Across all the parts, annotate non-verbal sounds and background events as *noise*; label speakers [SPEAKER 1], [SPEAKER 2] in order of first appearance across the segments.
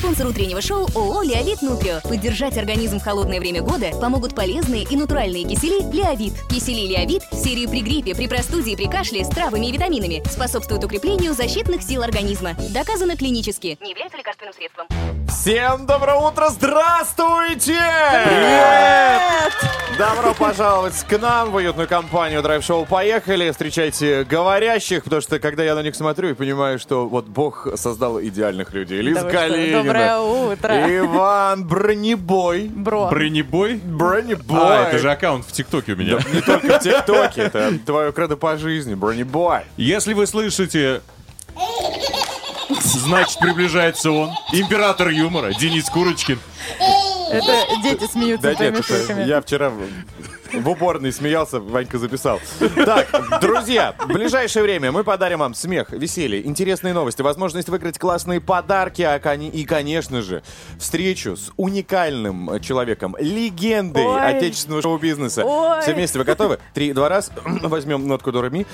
[SPEAKER 1] Спонсор утреннего шоу ООО «Леовит Нутрио». Поддержать организм в холодное время года помогут полезные и натуральные кисели «Леовит». Кисели «Леовит» в серии при гриппе, при простуде и при кашле с травами и витаминами способствуют укреплению защитных сил организма. Доказано клинически. Не является лекарственным средством.
[SPEAKER 2] Всем доброе утро, здравствуйте! Привет! Добро пожаловать к нам в уютную компанию Драйв Шоу. Поехали, встречайте говорящих, потому что когда я на них смотрю и понимаю, что вот Бог создал идеальных людей. Лиза
[SPEAKER 3] Да вы что,
[SPEAKER 2] Калинина.
[SPEAKER 3] Доброе утро.
[SPEAKER 2] Иван Бронебой.
[SPEAKER 3] Бро.
[SPEAKER 4] Бронебой?
[SPEAKER 2] Бронебой.
[SPEAKER 4] А, это же аккаунт в ТикТоке у меня.
[SPEAKER 2] Не только в ТикТоке, это твое кредо по жизни, Бронебой.
[SPEAKER 4] Если вы слышите... Значит, приближается он. Император юмора, Денис Курочкин.
[SPEAKER 3] Это дети смеются
[SPEAKER 2] Да
[SPEAKER 3] твоими
[SPEAKER 2] нет, это
[SPEAKER 3] шутками.
[SPEAKER 2] я вчера в в уборной смеялся, Ванька записал. Так, друзья, в ближайшее время мы подарим вам смех, веселье, интересные новости, возможность выиграть классные подарки а коне- и, конечно же, встречу с уникальным э, человеком, легендой
[SPEAKER 3] Ой.
[SPEAKER 2] отечественного шоу-бизнеса.
[SPEAKER 3] Ой.
[SPEAKER 2] Все вместе вы готовы? Три, два раз. *clears throat* Возьмем нотку до ре ми.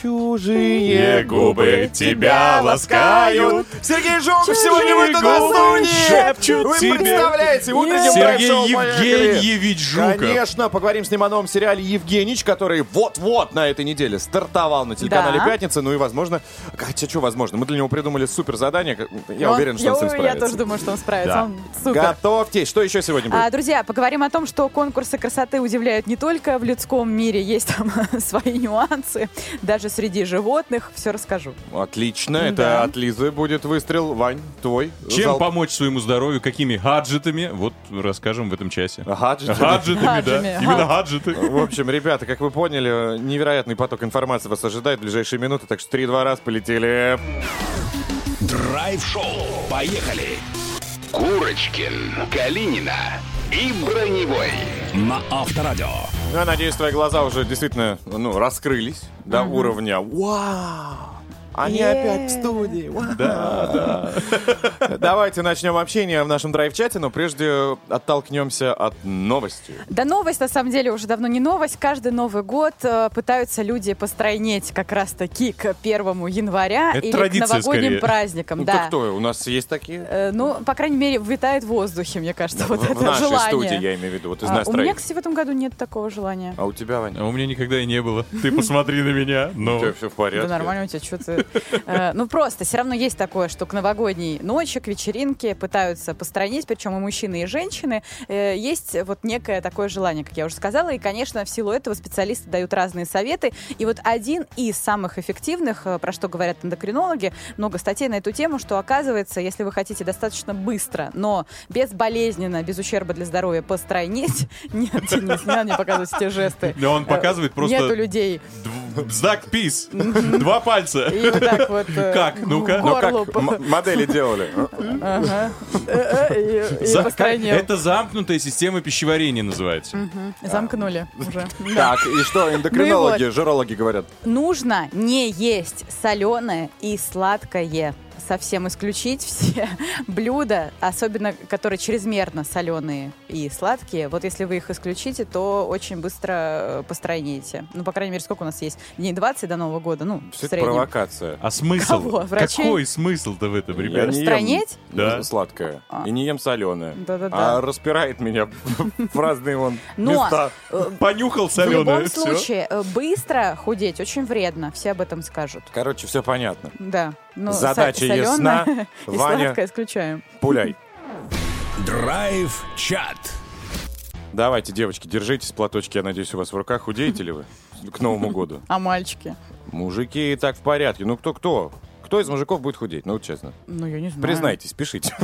[SPEAKER 2] Чужие губы тебя ласкают. Сергей Жуков сегодня в
[SPEAKER 4] Чужие
[SPEAKER 2] этой
[SPEAKER 4] губы
[SPEAKER 2] студии.
[SPEAKER 4] шепчут
[SPEAKER 2] Вы
[SPEAKER 4] тебе.
[SPEAKER 2] представляете, утренним
[SPEAKER 4] Сергей
[SPEAKER 2] трэш-шоу поехали.
[SPEAKER 4] Евгеньевич Жуков.
[SPEAKER 2] Конечно, поговорим с ним о новом сериале «Евгенич», который вот-вот на этой неделе стартовал на телеканале
[SPEAKER 3] Да.
[SPEAKER 2] «Пятница». Ну и, возможно, хотя что возможно, мы для него придумали супер задание. Я
[SPEAKER 3] Он-
[SPEAKER 2] уверен, что он с ним
[SPEAKER 3] Ну, я-
[SPEAKER 2] справится.
[SPEAKER 3] Я тоже думаю, что он справится.
[SPEAKER 2] Да.
[SPEAKER 3] Он супер.
[SPEAKER 2] Готовьтесь. Что еще сегодня будет?
[SPEAKER 3] А, друзья, поговорим о том, что конкурсы красоты удивляют не только в людском мире, есть там *laughs* свои нюансы, даже среди животных. Все расскажу.
[SPEAKER 2] Отлично. Это
[SPEAKER 3] Да.
[SPEAKER 2] от Лизы будет выстрел. Вань, твой.
[SPEAKER 4] Чем
[SPEAKER 2] залп.
[SPEAKER 4] помочь своему здоровью, какими гаджетами, вот расскажем в этом часе.
[SPEAKER 2] Гаджеты.
[SPEAKER 4] Гаджетами,
[SPEAKER 3] Гаджами.
[SPEAKER 4] да. Именно гаджеты.
[SPEAKER 2] В общем, ребята, как вы поняли, невероятный поток информации вас ожидает в ближайшие минуты, так что три-два раз полетели.
[SPEAKER 5] Драйв-шоу. Поехали! Курочкин, Калинина и Броневой на Авторадио.
[SPEAKER 2] Ну, я надеюсь, твои глаза уже действительно ну, раскрылись до уровня «Вау!» Они
[SPEAKER 3] Е-е-е.
[SPEAKER 2] опять в студии. Да, да. Давайте начнем общение в нашем драйв-чате, но прежде оттолкнемся от новости.
[SPEAKER 3] Да новость, на самом деле, уже давно не новость. Каждый Новый год э, пытаются люди постройнеть как раз-таки к 1 января
[SPEAKER 4] Это
[SPEAKER 3] или к
[SPEAKER 4] традиция
[SPEAKER 3] новогодним
[SPEAKER 4] скорее.
[SPEAKER 3] праздникам.
[SPEAKER 2] Ну,
[SPEAKER 3] да.
[SPEAKER 2] так кто? У нас есть такие?
[SPEAKER 3] Э, Ну, по крайней мере, витает в воздухе, мне кажется, вот
[SPEAKER 2] в,
[SPEAKER 3] это
[SPEAKER 2] в нашей
[SPEAKER 3] желание.
[SPEAKER 2] студии, я имею в виду. Вот из
[SPEAKER 3] А,
[SPEAKER 2] нас
[SPEAKER 3] у меня,
[SPEAKER 2] троих.
[SPEAKER 3] кстати, в этом году нет такого желания.
[SPEAKER 2] А у тебя, Ваня?
[SPEAKER 4] А у меня никогда и не было. Ты посмотри на меня.
[SPEAKER 2] У
[SPEAKER 4] Но
[SPEAKER 2] тебя все в порядке?
[SPEAKER 3] Да нормально у тебя, что ты... *laughs* Э, Ну просто, все равно есть такое, что к новогодней ночи, к вечеринке пытаются постранить, причем и мужчины, и женщины. Э, Есть вот некое такое желание, как я уже сказала, и, конечно, в силу этого специалисты дают разные советы. И вот один из самых эффективных, э, про что говорят эндокринологи, много статей на эту тему, что оказывается, если вы хотите достаточно быстро, но безболезненно, без ущерба для здоровья постранить... *laughs* Нет, Денис, не надо мне показывать те жесты.
[SPEAKER 4] Да он показывает
[SPEAKER 3] Э,
[SPEAKER 4] просто-
[SPEAKER 3] Нету людей.
[SPEAKER 4] Дв- знак пис. Два пальца.
[SPEAKER 3] И вот так вот... э,
[SPEAKER 4] Как? Ну-ка.
[SPEAKER 3] в
[SPEAKER 4] Ну
[SPEAKER 2] Ну, как
[SPEAKER 3] горло по-
[SPEAKER 2] м- модели делали?
[SPEAKER 3] Ага. Э, э, и- и
[SPEAKER 4] За-
[SPEAKER 3] постранил.
[SPEAKER 4] Это замкнутая система пищеварения называется.
[SPEAKER 3] Замкнули уже.
[SPEAKER 2] Так, и что эндокринологи,
[SPEAKER 3] Ну
[SPEAKER 2] жирологи говорят?
[SPEAKER 3] Нужно не есть соленое и сладкое. Совсем исключить все *laughs* блюда, особенно которые чрезмерно соленые и сладкие. Вот если вы их исключите, то очень быстро э, постройнеете. Ну, по крайней мере, сколько у нас есть? Дней 20 до Нового года, ну, в
[SPEAKER 2] Все это
[SPEAKER 3] среднем.
[SPEAKER 2] провокация.
[SPEAKER 4] А смысл?
[SPEAKER 3] Кого? Врачей?
[SPEAKER 4] Какой смысл-то в этом,
[SPEAKER 2] Я
[SPEAKER 4] ребят?
[SPEAKER 2] не ем
[SPEAKER 3] Странеть?
[SPEAKER 4] Да.
[SPEAKER 2] Сладкое.
[SPEAKER 3] А.
[SPEAKER 2] И не ем соленое.
[SPEAKER 3] Да-да-да.
[SPEAKER 2] А распирает меня *laughs* в разные вон
[SPEAKER 3] Но
[SPEAKER 2] места.
[SPEAKER 3] э,
[SPEAKER 4] Понюхал
[SPEAKER 3] в
[SPEAKER 4] соленое,
[SPEAKER 3] любом
[SPEAKER 4] все.
[SPEAKER 3] случае, э, быстро худеть очень вредно. Все об этом скажут.
[SPEAKER 2] Короче, все понятно.
[SPEAKER 3] Да. Ну,
[SPEAKER 2] Задача
[SPEAKER 3] со- солёное
[SPEAKER 2] ясна.
[SPEAKER 3] *laughs* и
[SPEAKER 2] Ваня-
[SPEAKER 3] сладкое исключаем.
[SPEAKER 2] Пуляй.
[SPEAKER 5] Драйв-чат.
[SPEAKER 2] Давайте, девочки, держитесь, платочки, я надеюсь, у вас в руках. Худеете ли вы к Новому году?
[SPEAKER 3] А мальчики?
[SPEAKER 2] Мужики и так в порядке. Ну, кто-кто? Кто из мужиков будет худеть? Ну, вот честно.
[SPEAKER 3] Ну, я не знаю.
[SPEAKER 2] Признайтесь, пишите.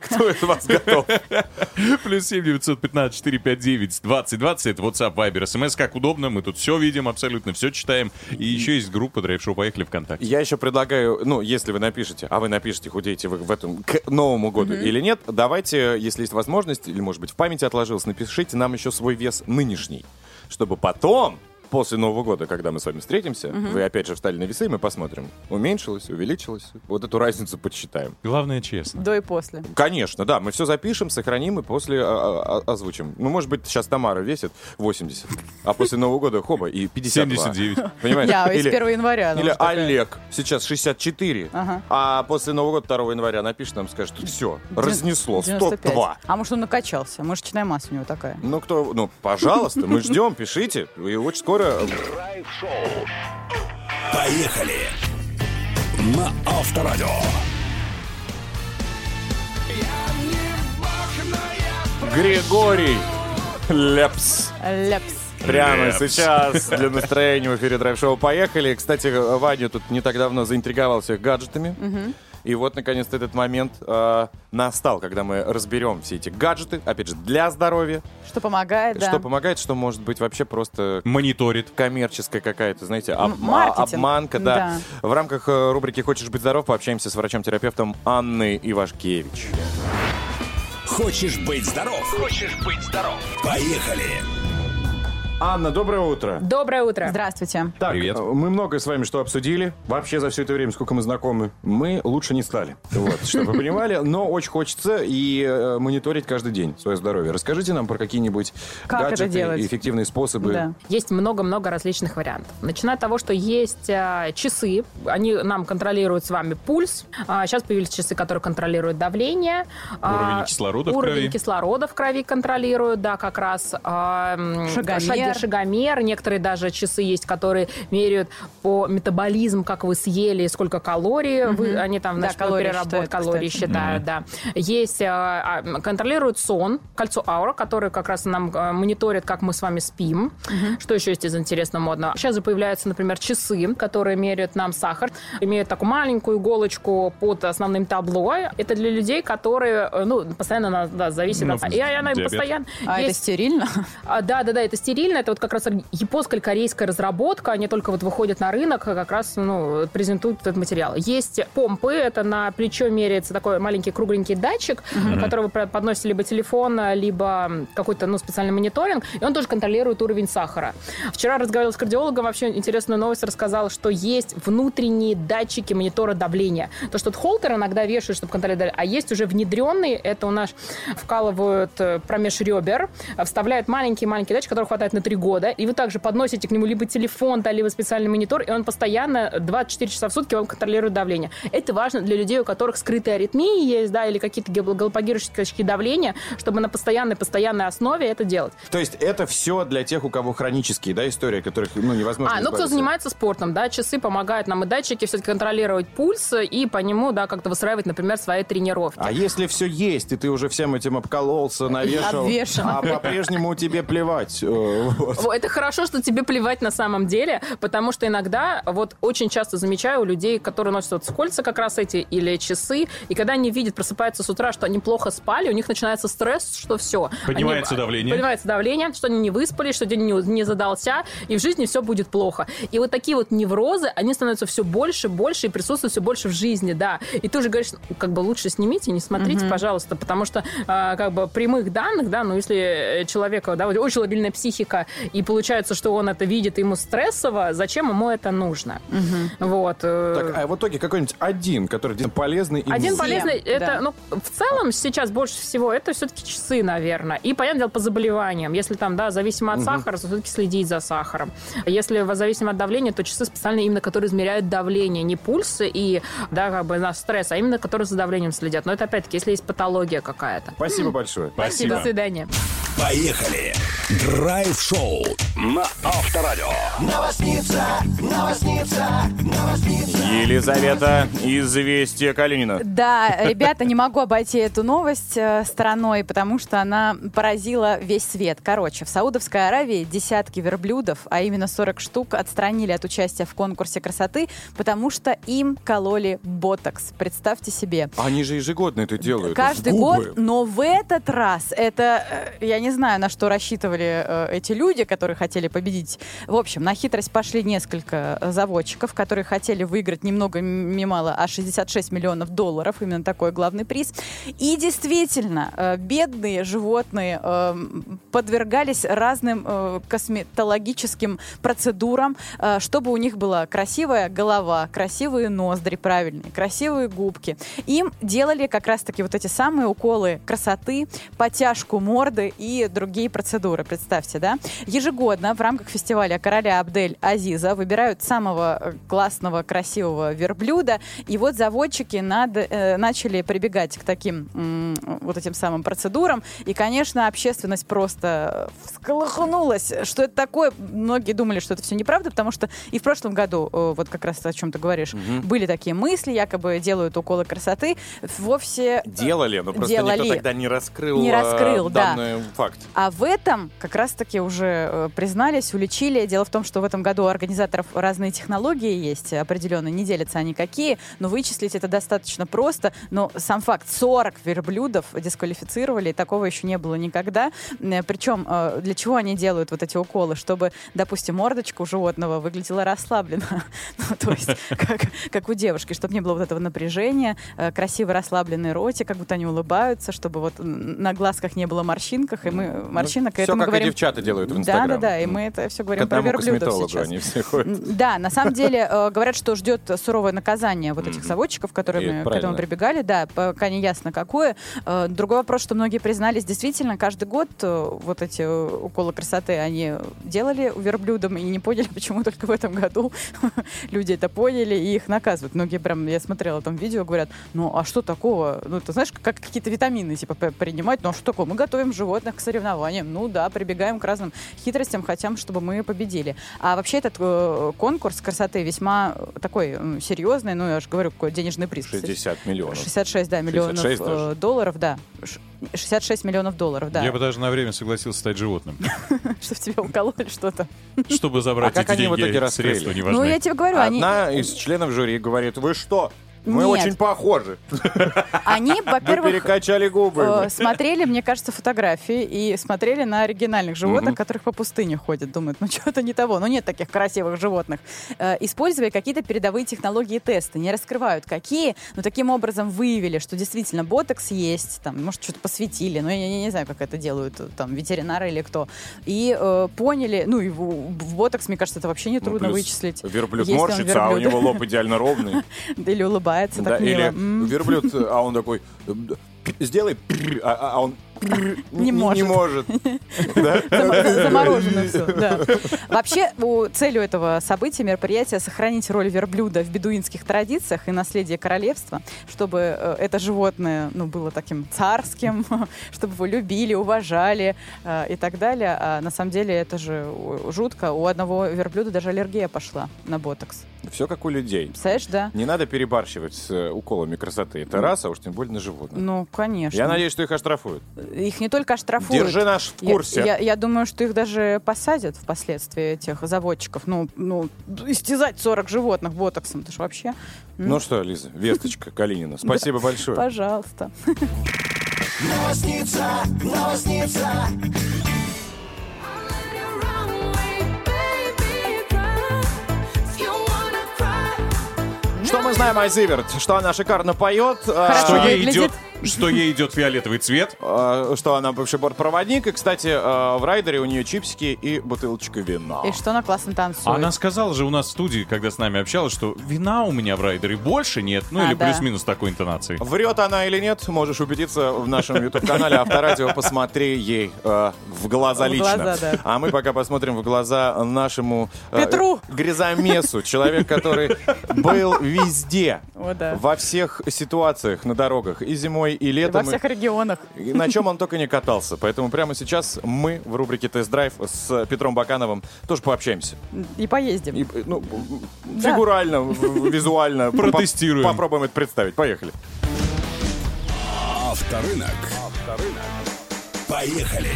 [SPEAKER 2] Кто из вас готов?
[SPEAKER 4] *laughs* Плюс семь девятьсот пятнадцать четыре пять девять двадцать двадцать. Это WhatsApp, Viber, SMS. Как удобно. Мы тут все видим, абсолютно все читаем. И еще есть группа Драйв Шоу Поехали ВКонтакте.
[SPEAKER 2] Я еще предлагаю, ну, если вы напишете, а вы напишите, худеете вы в этом к Новому году или нет, давайте, если есть возможность, или, может быть, в памяти отложилось, напишите нам еще свой вес нынешний, чтобы потом после Нового года, когда мы с вами встретимся, вы опять же встали на весы, и мы посмотрим, уменьшилось, увеличилось. Вот эту разницу подсчитаем.
[SPEAKER 4] Главное честно.
[SPEAKER 3] До и после.
[SPEAKER 2] Конечно, да, мы все запишем, сохраним и после а, а, а, озвучим. Ну, может быть, сейчас Тамара весит 80, а после Нового года, хоба, и 52.
[SPEAKER 4] 79.
[SPEAKER 2] Понимаешь?
[SPEAKER 3] Да, и с
[SPEAKER 2] Или-
[SPEAKER 3] 1 января. ну, она
[SPEAKER 2] Или
[SPEAKER 3] уже такая.
[SPEAKER 2] Олег, сейчас 64,
[SPEAKER 3] Ага.
[SPEAKER 2] а после Нового года 2 января напишет нам, скажет, все, а, разнесло,
[SPEAKER 3] 95.
[SPEAKER 2] 102.
[SPEAKER 3] А может, он накачался? Мышечная масса у него такая.
[SPEAKER 2] Ну, кто, ну, пожалуйста, мы ждем, пишите, и очень скоро...
[SPEAKER 5] Драйв-шоу. Поехали! На Авторадио.
[SPEAKER 2] Григорий Лепс.
[SPEAKER 3] Ляпс.
[SPEAKER 2] Прямо
[SPEAKER 4] Лепс.
[SPEAKER 2] сейчас для настроения в эфире драйв-шоу. Поехали. Кстати, Ваня тут не так давно заинтриговал всех гаджетами. И вот, наконец-то, этот момент э, настал, когда мы разберем все эти гаджеты, опять же, для здоровья,
[SPEAKER 3] Что помогает, да.
[SPEAKER 2] что помогает, что может быть вообще просто
[SPEAKER 4] Мониторит.
[SPEAKER 2] коммерческая какая-то, знаете, об-
[SPEAKER 3] М- маркетинг.
[SPEAKER 2] обманка, да. В рамках э, рубрики «Хочешь быть здоров?» пообщаемся с врачом-терапевтом Анной Ивашкевич.
[SPEAKER 5] Хочешь быть здоров? Хочешь быть здоров? Поехали!
[SPEAKER 2] Анна, доброе утро.
[SPEAKER 6] Доброе утро.
[SPEAKER 3] Здравствуйте.
[SPEAKER 2] Так,
[SPEAKER 4] Привет.
[SPEAKER 2] э, мы многое с вами что обсудили. Вообще *laughs* за все это время, сколько мы знакомы, мы лучше не стали. Вот, чтобы вы понимали. Но очень хочется и э, мониторить каждый день свое здоровье. Расскажите нам про какие-нибудь
[SPEAKER 3] Как это
[SPEAKER 2] гаджеты
[SPEAKER 3] делать?
[SPEAKER 2] и эффективные способы.
[SPEAKER 3] Да.
[SPEAKER 6] Есть много-много различных вариантов. Начиная от того, что есть э, часы, они нам контролируют с вами пульс. А, сейчас появились часы, которые контролируют давление.
[SPEAKER 4] Уровень
[SPEAKER 6] А,
[SPEAKER 4] кислорода в
[SPEAKER 6] уровень
[SPEAKER 4] крови.
[SPEAKER 6] кислорода в крови контролируют, да, как раз. А, м,
[SPEAKER 3] Шагомер.
[SPEAKER 6] шаги- шагомер. Некоторые даже часы есть, которые меряют по метаболизм, как вы съели, сколько калорий. вы- они там в
[SPEAKER 3] Да,
[SPEAKER 6] ночной
[SPEAKER 3] калории
[SPEAKER 6] переработ-
[SPEAKER 3] считают,
[SPEAKER 6] калории
[SPEAKER 3] кстати.
[SPEAKER 6] считают, да. Есть, э, а, м, контролирует сон, кольцо аура, которое как раз нам э, мониторит, как мы с вами спим. Что еще есть из интересного модного? Сейчас же появляются, например, часы, которые меряют нам сахар, имеют такую маленькую иголочку под основным табло. Это для людей, которые, э, ну, постоянно она, да, зависит
[SPEAKER 4] Ну,
[SPEAKER 6] от... И она им
[SPEAKER 4] диабет.
[SPEAKER 6] постоянно...
[SPEAKER 3] А это
[SPEAKER 6] есть-
[SPEAKER 3] стерильно?
[SPEAKER 6] а, Да, да, да, это стерильно. Это вот как раз японская корейская разработка. Они только вот выходят на рынок, а как раз ну, презентуют этот материал. Есть помпы, это на плечо меряется такой маленький кругленький датчик, на который вы про- подносите либо телефон, а, либо м, какой-то ну, специальный мониторинг, и он тоже контролирует уровень сахара. Вчера разговаривал с кардиологом, вообще интересную новость рассказал, что есть внутренние датчики монитора давления. То, что вот холтер иногда вешают, чтобы контролировать, а есть уже внедренные, это у нас вкалывают э, промеж ребер, а, вставляют маленький-маленький датчик, который хватает на три года, и вы также подносите к нему либо телефон, да, либо специальный монитор, и он постоянно 24 часа в сутки вам контролирует давление. Это важно для людей, у которых скрытые аритмии есть, да, или какие-то гал- галопагирующие скачки давления, чтобы на постоянной-постоянной основе это делать.
[SPEAKER 2] То есть это все для тех, у кого хронические, да, истории, которых ну, невозможно
[SPEAKER 6] А, ну кто
[SPEAKER 2] избавиться.
[SPEAKER 6] занимается спортом, да, часы помогают нам и датчики все-таки контролировать пульс э, и по нему, да, как-то выстраивать, например, свои тренировки.
[SPEAKER 2] А если все есть, и ты уже всем этим обкололся, навешал,
[SPEAKER 3] Обвешан.
[SPEAKER 2] а по-прежнему тебе плевать. э, вот.
[SPEAKER 6] Во, Это хорошо, что тебе плевать на самом деле, потому что иногда, вот очень часто замечаю у людей, которые носят вот кольца как раз эти или часы, и когда они видят, просыпаются с утра, что они плохо спали, у них начинается стресс, что все.
[SPEAKER 4] Поднимается давление.
[SPEAKER 6] Поднимается давление, что они не выспались, что день не, не задался, и в жизни все будет плохо. И вот такие вот неврозы, они становятся все больше, больше и присутствуют все больше в жизни, да. И ты уже говоришь, «Ну, как бы лучше снимите, не смотрите, пожалуйста, потому что а, как бы прямых данных, да, ну если э, человека, да, вот очень лобильная психика, и получается, что он это видит, ему стрессово, зачем ему это нужно? Вот. э,
[SPEAKER 2] Так, а в итоге какой-нибудь один, который действительно полезный и
[SPEAKER 6] один
[SPEAKER 2] нужный.
[SPEAKER 6] полезный, это,
[SPEAKER 3] да.
[SPEAKER 6] ну, в целом сейчас больше всего это все-таки часы, наверное. И, понятное дело, по заболеваниям. Если там, да, зависимо от сахара, то все-таки следить за сахаром. Если во- зависимо от давления, то часы специально именно, которые измеряют давление, не пульсы и, да, как бы наш стресс, а именно, которые за давлением следят. Но это, опять-таки, если есть патология какая-то.
[SPEAKER 2] Спасибо большое.
[SPEAKER 6] До свидания.
[SPEAKER 5] Поехали! Драйв-шоу на Авторадио.
[SPEAKER 2] Елизавета, известие Калинина.
[SPEAKER 3] Да, ребята, не могу обойти эту новость э, стороной, потому что она поразила весь свет. Короче, в Саудовской Аравии десятки верблюдов, а именно 40 штук, отстранили от участия в конкурсе красоты, потому что им кололи ботокс. Представьте себе.
[SPEAKER 2] Они же ежегодно это делают.
[SPEAKER 3] Каждый
[SPEAKER 2] Губы.
[SPEAKER 3] год, но в этот раз это, э, я не знаю, на что рассчитывали э, эти люди, которые хотели победить. В общем, на хитрость пошли несколько э, заводчиков, которые хотели выиграть немного мало, а 66 миллионов долларов, именно такой главный приз. И действительно, э, бедные животные э, подвергались разным э, косметологическим процедурам, э, чтобы у них была красивая голова, красивые ноздри правильные, красивые губки. Им делали как раз-таки вот эти самые уколы красоты, потяжку морды и другие процедуры, представьте, да? Ежегодно в рамках фестиваля короля Абдель Азиза выбирают самого э, классного, красивого верблюда, и вот заводчики над- э, начали прибегать к таким м, вот этим самым процедурам, и, конечно, общественность просто всколыхнулась, что это такое. Многие думали, что это все неправда, потому что и в прошлом году, э, вот как раз о чем ты говоришь, были такие мысли, якобы делают уколы красоты, вовсе...
[SPEAKER 2] Делали, но просто
[SPEAKER 3] Делали.
[SPEAKER 2] никто тогда не раскрыл,
[SPEAKER 3] Не
[SPEAKER 2] э,
[SPEAKER 3] раскрыл, да.
[SPEAKER 2] данный факт.
[SPEAKER 3] А в этом как раз-таки уже э, признались, уличили. Дело в том, что в этом году у организаторов разные технологии есть, определенно не делятся они какие, но вычислить это достаточно просто. Но сам факт, 40 верблюдов дисквалифицировали, и такого еще не было никогда. Э, Причем э, для чего они делают вот эти уколы? Чтобы, допустим, мордочка у животного выглядела расслабленно. Ну, то есть, как, как у девушки, чтобы не было вот этого напряжения, э, красиво расслабленный ротик, как будто они улыбаются, чтобы вот м, на глазках не было морщинках, и мы морщинок, и
[SPEAKER 2] Все
[SPEAKER 3] это мы
[SPEAKER 2] ну, как и
[SPEAKER 3] говорим...
[SPEAKER 2] девчата делают в
[SPEAKER 3] Да,
[SPEAKER 2] Инстаграм.
[SPEAKER 3] да, да, и мы это все
[SPEAKER 2] К
[SPEAKER 3] говорим про
[SPEAKER 2] одному
[SPEAKER 3] верблюдов
[SPEAKER 2] косметологу
[SPEAKER 3] сейчас.
[SPEAKER 2] они все ходят.
[SPEAKER 3] М, Да, на самом деле э, говорят, что ждет суровое наказание вот этих заводчиков,
[SPEAKER 2] И это
[SPEAKER 3] которые к
[SPEAKER 2] правильно.
[SPEAKER 3] этому прибегали. Да, пока не ясно какое. Э, Другой вопрос, что многие признались, действительно, каждый год э, вот эти э, уколы красоты они делали верблюдам и не поняли, *laughs* почему только в этом году *laughs* люди это поняли и их наказывают. Многие прям, я смотрела там видео, говорят, ну а что такого? Ну ты знаешь, как какие-то витамины типа п- принимать, ну а что такое? Мы готовим животных к соревнованиям, ну да, прибегаем к разным хитростям, хотим, чтобы мы победили. А вообще этот э, конкурс красоты весьма э, такой м, серьезный, ну я же говорю, какой денежный приз.
[SPEAKER 2] 60 миллионов.
[SPEAKER 3] 66, да, миллионов
[SPEAKER 2] 66
[SPEAKER 3] э,
[SPEAKER 2] даже.
[SPEAKER 3] долларов, да. Ш- 66 миллионов долларов, да.
[SPEAKER 4] Я
[SPEAKER 3] *laughs*
[SPEAKER 4] бы даже на время согласился стать животным,
[SPEAKER 3] Чтобы тебя укололи что-то.
[SPEAKER 4] чтобы забрать
[SPEAKER 2] А как
[SPEAKER 4] эти
[SPEAKER 2] они в итоге
[SPEAKER 4] деньги,
[SPEAKER 2] раскрыли?
[SPEAKER 4] средства не
[SPEAKER 3] Ну, я
[SPEAKER 4] важны.
[SPEAKER 3] тебе говорю, они...
[SPEAKER 2] Одна из членов жюри говорит, вы что? Мы
[SPEAKER 3] Нет.
[SPEAKER 2] очень похожи.
[SPEAKER 3] Они,
[SPEAKER 2] Вы
[SPEAKER 3] во-первых,
[SPEAKER 2] перекачали губы.
[SPEAKER 3] э, смотрели, мне кажется, фотографии и смотрели на оригинальных животных, которых по пустыне ходят, думают, ну *laughs* что-то не того, ну нет таких красивых животных. Э, используя какие-то передовые технологии теста, не раскрывают какие, но таким образом выявили, что действительно ботокс есть, там, может, что-то посветили, но я, я не знаю, как это делают э, там ветеринары или кто. И э, поняли, ну и в, в ботокс, мне кажется, это вообще не
[SPEAKER 2] Ну,
[SPEAKER 3] трудно
[SPEAKER 2] плюс
[SPEAKER 3] вычислить.
[SPEAKER 2] Верблюд
[SPEAKER 3] Есть там
[SPEAKER 2] морщится, а у
[SPEAKER 3] верблюд.
[SPEAKER 2] него
[SPEAKER 3] *laughs*
[SPEAKER 2] лоб идеально ровный.
[SPEAKER 3] Или улыбается
[SPEAKER 2] Да,
[SPEAKER 3] так мило.
[SPEAKER 2] или
[SPEAKER 3] М.
[SPEAKER 2] верблюд, а он такой, сделай, пр, а, а- а он пр,
[SPEAKER 3] Не
[SPEAKER 2] *laughs* Не
[SPEAKER 3] может. *laughs*
[SPEAKER 2] может. Да?
[SPEAKER 3] Зам-
[SPEAKER 2] *laughs*
[SPEAKER 3] Заморожено все. Да. Вообще, у- целью этого события, мероприятия, сохранить роль верблюда в бедуинских традициях и наследие королевства, чтобы э, это животное ну, было таким царским, *laughs* чтобы его любили, уважали э, и так далее. А на самом деле это же у- жутко. У одного верблюда даже аллергия пошла на ботокс.
[SPEAKER 2] Все как у людей.
[SPEAKER 3] Представляешь, да?
[SPEAKER 2] Не надо перебарщивать с э, уколами красоты. Это раз, а уж тем более на животных.
[SPEAKER 3] Ну, конечно.
[SPEAKER 2] Я надеюсь, что их оштрафуют.
[SPEAKER 3] Их не только оштрафуют.
[SPEAKER 2] Держи наш в
[SPEAKER 3] Я- Я,
[SPEAKER 2] курсе.
[SPEAKER 3] я думаю, что их даже посадят впоследствии, этих заводчиков. Ну, ну, истязать 40 животных ботоксом, это ж вообще... м,
[SPEAKER 2] Ну что, Лиза, весточка Калинина. Спасибо большое.
[SPEAKER 3] Пожалуйста.
[SPEAKER 2] Что мы знаем о Зиверт? Что она шикарно поет? а,
[SPEAKER 4] Что
[SPEAKER 3] Хорошо
[SPEAKER 4] ей
[SPEAKER 3] выглядит.
[SPEAKER 4] идет, что ей идет фиолетовый цвет?
[SPEAKER 2] а, Что она бывший бортпроводник. И, кстати, а, в райдере у нее чипсики и бутылочка вина.
[SPEAKER 3] И что она классно танцует.
[SPEAKER 4] А Она сказала же у нас в студии, когда с нами общалась, что вина у меня в райдере больше нет. Ну
[SPEAKER 3] А,
[SPEAKER 4] или
[SPEAKER 3] да.
[SPEAKER 4] плюс-минус такой интонации.
[SPEAKER 2] Врет она или нет, можешь убедиться в нашем YouTube-канале Авторадио. Посмотри ей э, в глаза
[SPEAKER 3] В
[SPEAKER 2] лично.
[SPEAKER 3] глаза, да.
[SPEAKER 2] А мы пока посмотрим в глаза нашему... э,
[SPEAKER 3] Петру.
[SPEAKER 2] Грязомесу, человек, который был везде.
[SPEAKER 3] О, да.
[SPEAKER 2] Во всех ситуациях на дорогах. И зимой, и
[SPEAKER 3] Во
[SPEAKER 2] летом. и-
[SPEAKER 3] всех регионах.
[SPEAKER 2] и на чем он только не катался. Поэтому прямо сейчас мы в рубрике «Тест-драйв» с Петром Бакановым тоже пообщаемся.
[SPEAKER 3] И поездим.
[SPEAKER 2] И, ну, фигурально, в- визуально. поп-
[SPEAKER 4] Протестируем.
[SPEAKER 2] Попробуем это представить. Поехали.
[SPEAKER 5] Авторынок. Авторынок. Поехали.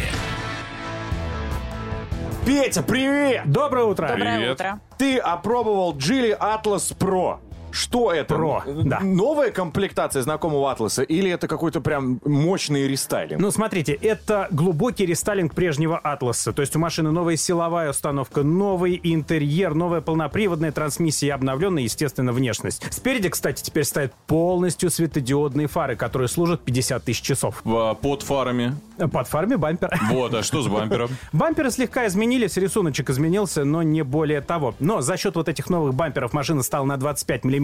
[SPEAKER 2] Петя, привет!
[SPEAKER 7] Доброе утро.
[SPEAKER 3] Доброе
[SPEAKER 4] Привет.
[SPEAKER 3] утро.
[SPEAKER 2] Ты опробовал Джили Атлас Про. Что это?
[SPEAKER 7] Про,
[SPEAKER 2] Н-
[SPEAKER 7] да.
[SPEAKER 2] Новая комплектация знакомого Атласа или это какой-то прям мощный рестайлинг?
[SPEAKER 7] Ну, смотрите, это глубокий рестайлинг прежнего «Атласа». То есть у машины новая силовая установка, новый интерьер, новая полноприводная трансмиссия и обновленная, естественно, внешность. Спереди, кстати, теперь стоят полностью светодиодные фары, которые служат 50 тысяч часов.
[SPEAKER 4] В- Э, Под фарами.
[SPEAKER 7] Под фарами бампер.
[SPEAKER 4] Вот, а что с бампером?
[SPEAKER 7] Бамперы слегка изменились, рисуночек изменился, но не более того. Но за счет вот этих новых бамперов машина стала на 25 миллиметров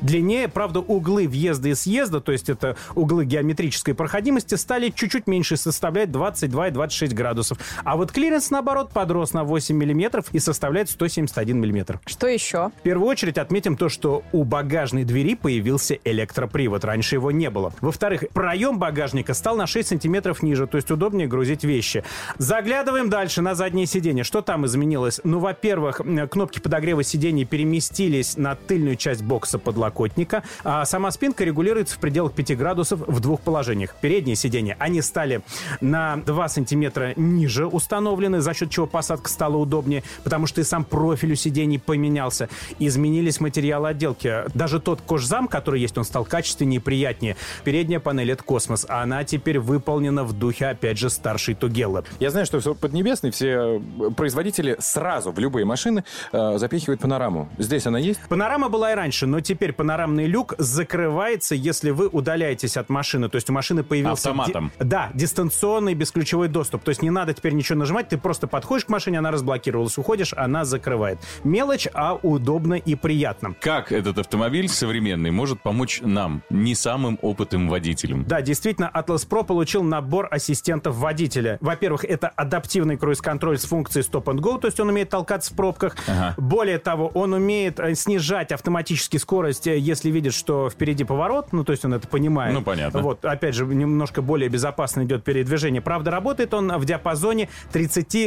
[SPEAKER 7] длиннее. Правда, углы въезда и съезда, то есть это углы геометрической проходимости, стали чуть-чуть меньше составлять 22 и 26 градусов. А вот клиренс, наоборот, подрос на 8 миллиметров и составляет 171 миллиметр.
[SPEAKER 3] Что еще?
[SPEAKER 7] В первую очередь отметим то, что у багажной двери появился электропривод. Раньше его не было. Во-вторых, проем багажника стал на 6 сантиметров ниже, то есть удобнее грузить вещи. Заглядываем дальше на заднее сиденье. Что там изменилось? Ну, во-первых, м, кнопки подогрева сидений переместились на тыльную часть бокса подлокотника, а сама спинка регулируется в пределах 5 градусов в двух положениях. Передние сиденья, они стали на 2 сантиметра ниже установлены, за счет чего посадка стала удобнее, потому что и сам профиль у сидений поменялся. Изменились материалы отделки. Даже тот кожзам, который есть, он стал качественнее и приятнее. Передняя панель — это космос, а она теперь выполнена в духе, опять же, старшей Тугелы.
[SPEAKER 2] Я знаю, что все поднебесный, все э, производители сразу в любые машины э, запихивают панораму. Здесь она есть?
[SPEAKER 7] Панорама была и раньше, но теперь панорамный люк закрывается, если вы удаляетесь от машины. То есть у машины появился...
[SPEAKER 4] Автоматом.
[SPEAKER 7] ди- да, дистанционный бесключевой доступ. То есть не надо теперь ничего нажимать, ты просто подходишь к машине, она разблокировалась, уходишь, она закрывает. Мелочь, а удобно и приятно.
[SPEAKER 4] Как этот автомобиль современный может помочь нам, не самым опытным водителям?
[SPEAKER 7] Да, действительно, Atlas Pro получил набор ассистентов водителя. Во-первых, это адаптивный круиз-контроль с функцией Stop and Go, то есть он умеет толкаться в пробках. Более того, он умеет э, снижать автоматически скорость, э, если видит, что впереди поворот, ну, то есть он это понимает.
[SPEAKER 4] Ну, понятно.
[SPEAKER 7] Вот, опять же, немножко более безопасно идет передвижение. Правда, работает он в диапазоне